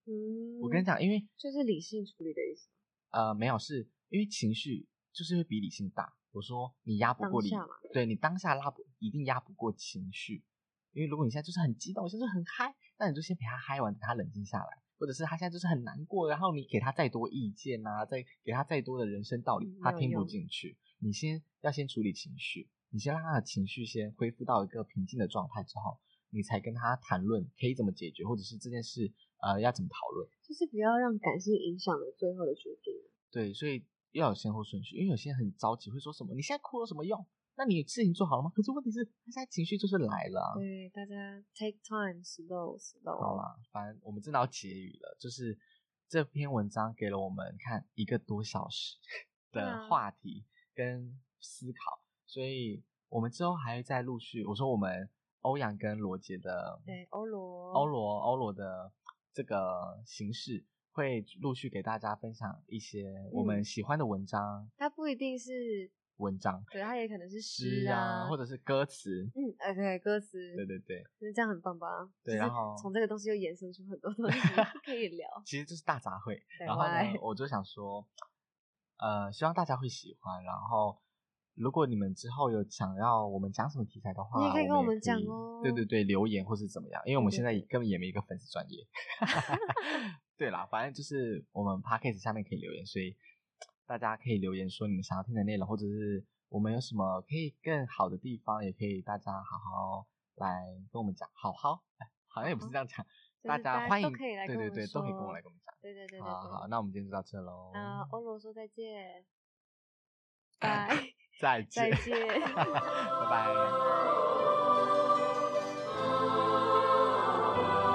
A: 嗯，
C: 我跟你，讲，因为
A: 就是理性处理的意思，
C: 呃，没有，是因为情绪就是会比理性大。我说你压不
A: 当
C: 过理
A: 下嘛，
C: 对你当下拉不一定压不过情绪，因为如果你现在就是很激动，现在就是很嗨，那你就先陪他嗨完，等他冷静下来，或者是他现在就是很难过，然后你给他再多意见啊，再给他再多的人生道理
A: 嗯，
C: 他
A: 没有
C: 听不
A: 用
C: 进去。你先要先处理情绪，你先让他的情绪先恢复到一个平静的状态之后，你才跟他谈论可以怎么解决，或者是这件事呃要怎么讨论。
A: 就是不要让感性影响了最后的决定。
C: 对，所以要有先后顺序，因为有些人很着急，会说什么“你现在哭有什么用？那你事情做好了吗？”可是问题是，他现在情绪就是来了、啊。
A: 对，大家 take time slow slow。
C: 好啦，反正我们真的要结语了，就是这篇文章给了我们看一个多小时
A: *laughs* 对
C: 的
A: 啊
C: 话题跟思考，所以我们之后还会再陆续。我说我们欧阳跟罗杰的
A: 对，哦欧罗，
C: 欧罗欧罗的这个形式。会陆续给大家分享一些我
A: 嗯
C: 们喜欢的文章，
A: 它不一定是，
C: 文章
A: 对，它也可能是诗
C: 诗啊，或
A: 者
C: 者是歌词。
A: 嗯，哎、嗯对，歌词，
C: 对对对，
A: 就是这样很棒吧？
C: 对
A: 就是
C: 然后
A: 从这个东西又延伸出很多东西 *laughs* 可以聊。
C: 其实就是大杂烩。
A: 对
C: 然后呢
A: 喂，
C: 我就想说，呃，希望大家会喜欢。然后，如果你们之后有想要我们讲什么题材的话，
A: 你也可以跟我
C: 也
A: 们讲
C: 以
A: 哦
C: 对对对，留言或是怎么样，因为我们
A: 对对
C: 现在也
A: 对
C: 根本也没一个粉丝专业。 *laughs* 对啦，反正就是我们 podcast 下面可以留言，所以大家可以留言说你们想要听的内容，或者是我们有什么可以更好的地方，也可以大家好好来跟我们讲，好好，哎好像也不是这样讲，
A: 就是
C: 大
A: 大
C: 家
A: 家
C: 欢
A: 都
C: 迎，
A: 可以来
C: 对
A: 跟
C: 对
A: 我
C: 对，
A: 们
C: 都可以跟我
A: 说
C: 来跟我们讲。
A: 对对对对对。嗯
C: 好好，那我们今天就到这喽，
A: 那欧罗说再见，拜，
C: 再
A: 再
C: 见，
A: 见。
C: *laughs* 拜拜。
A: 拜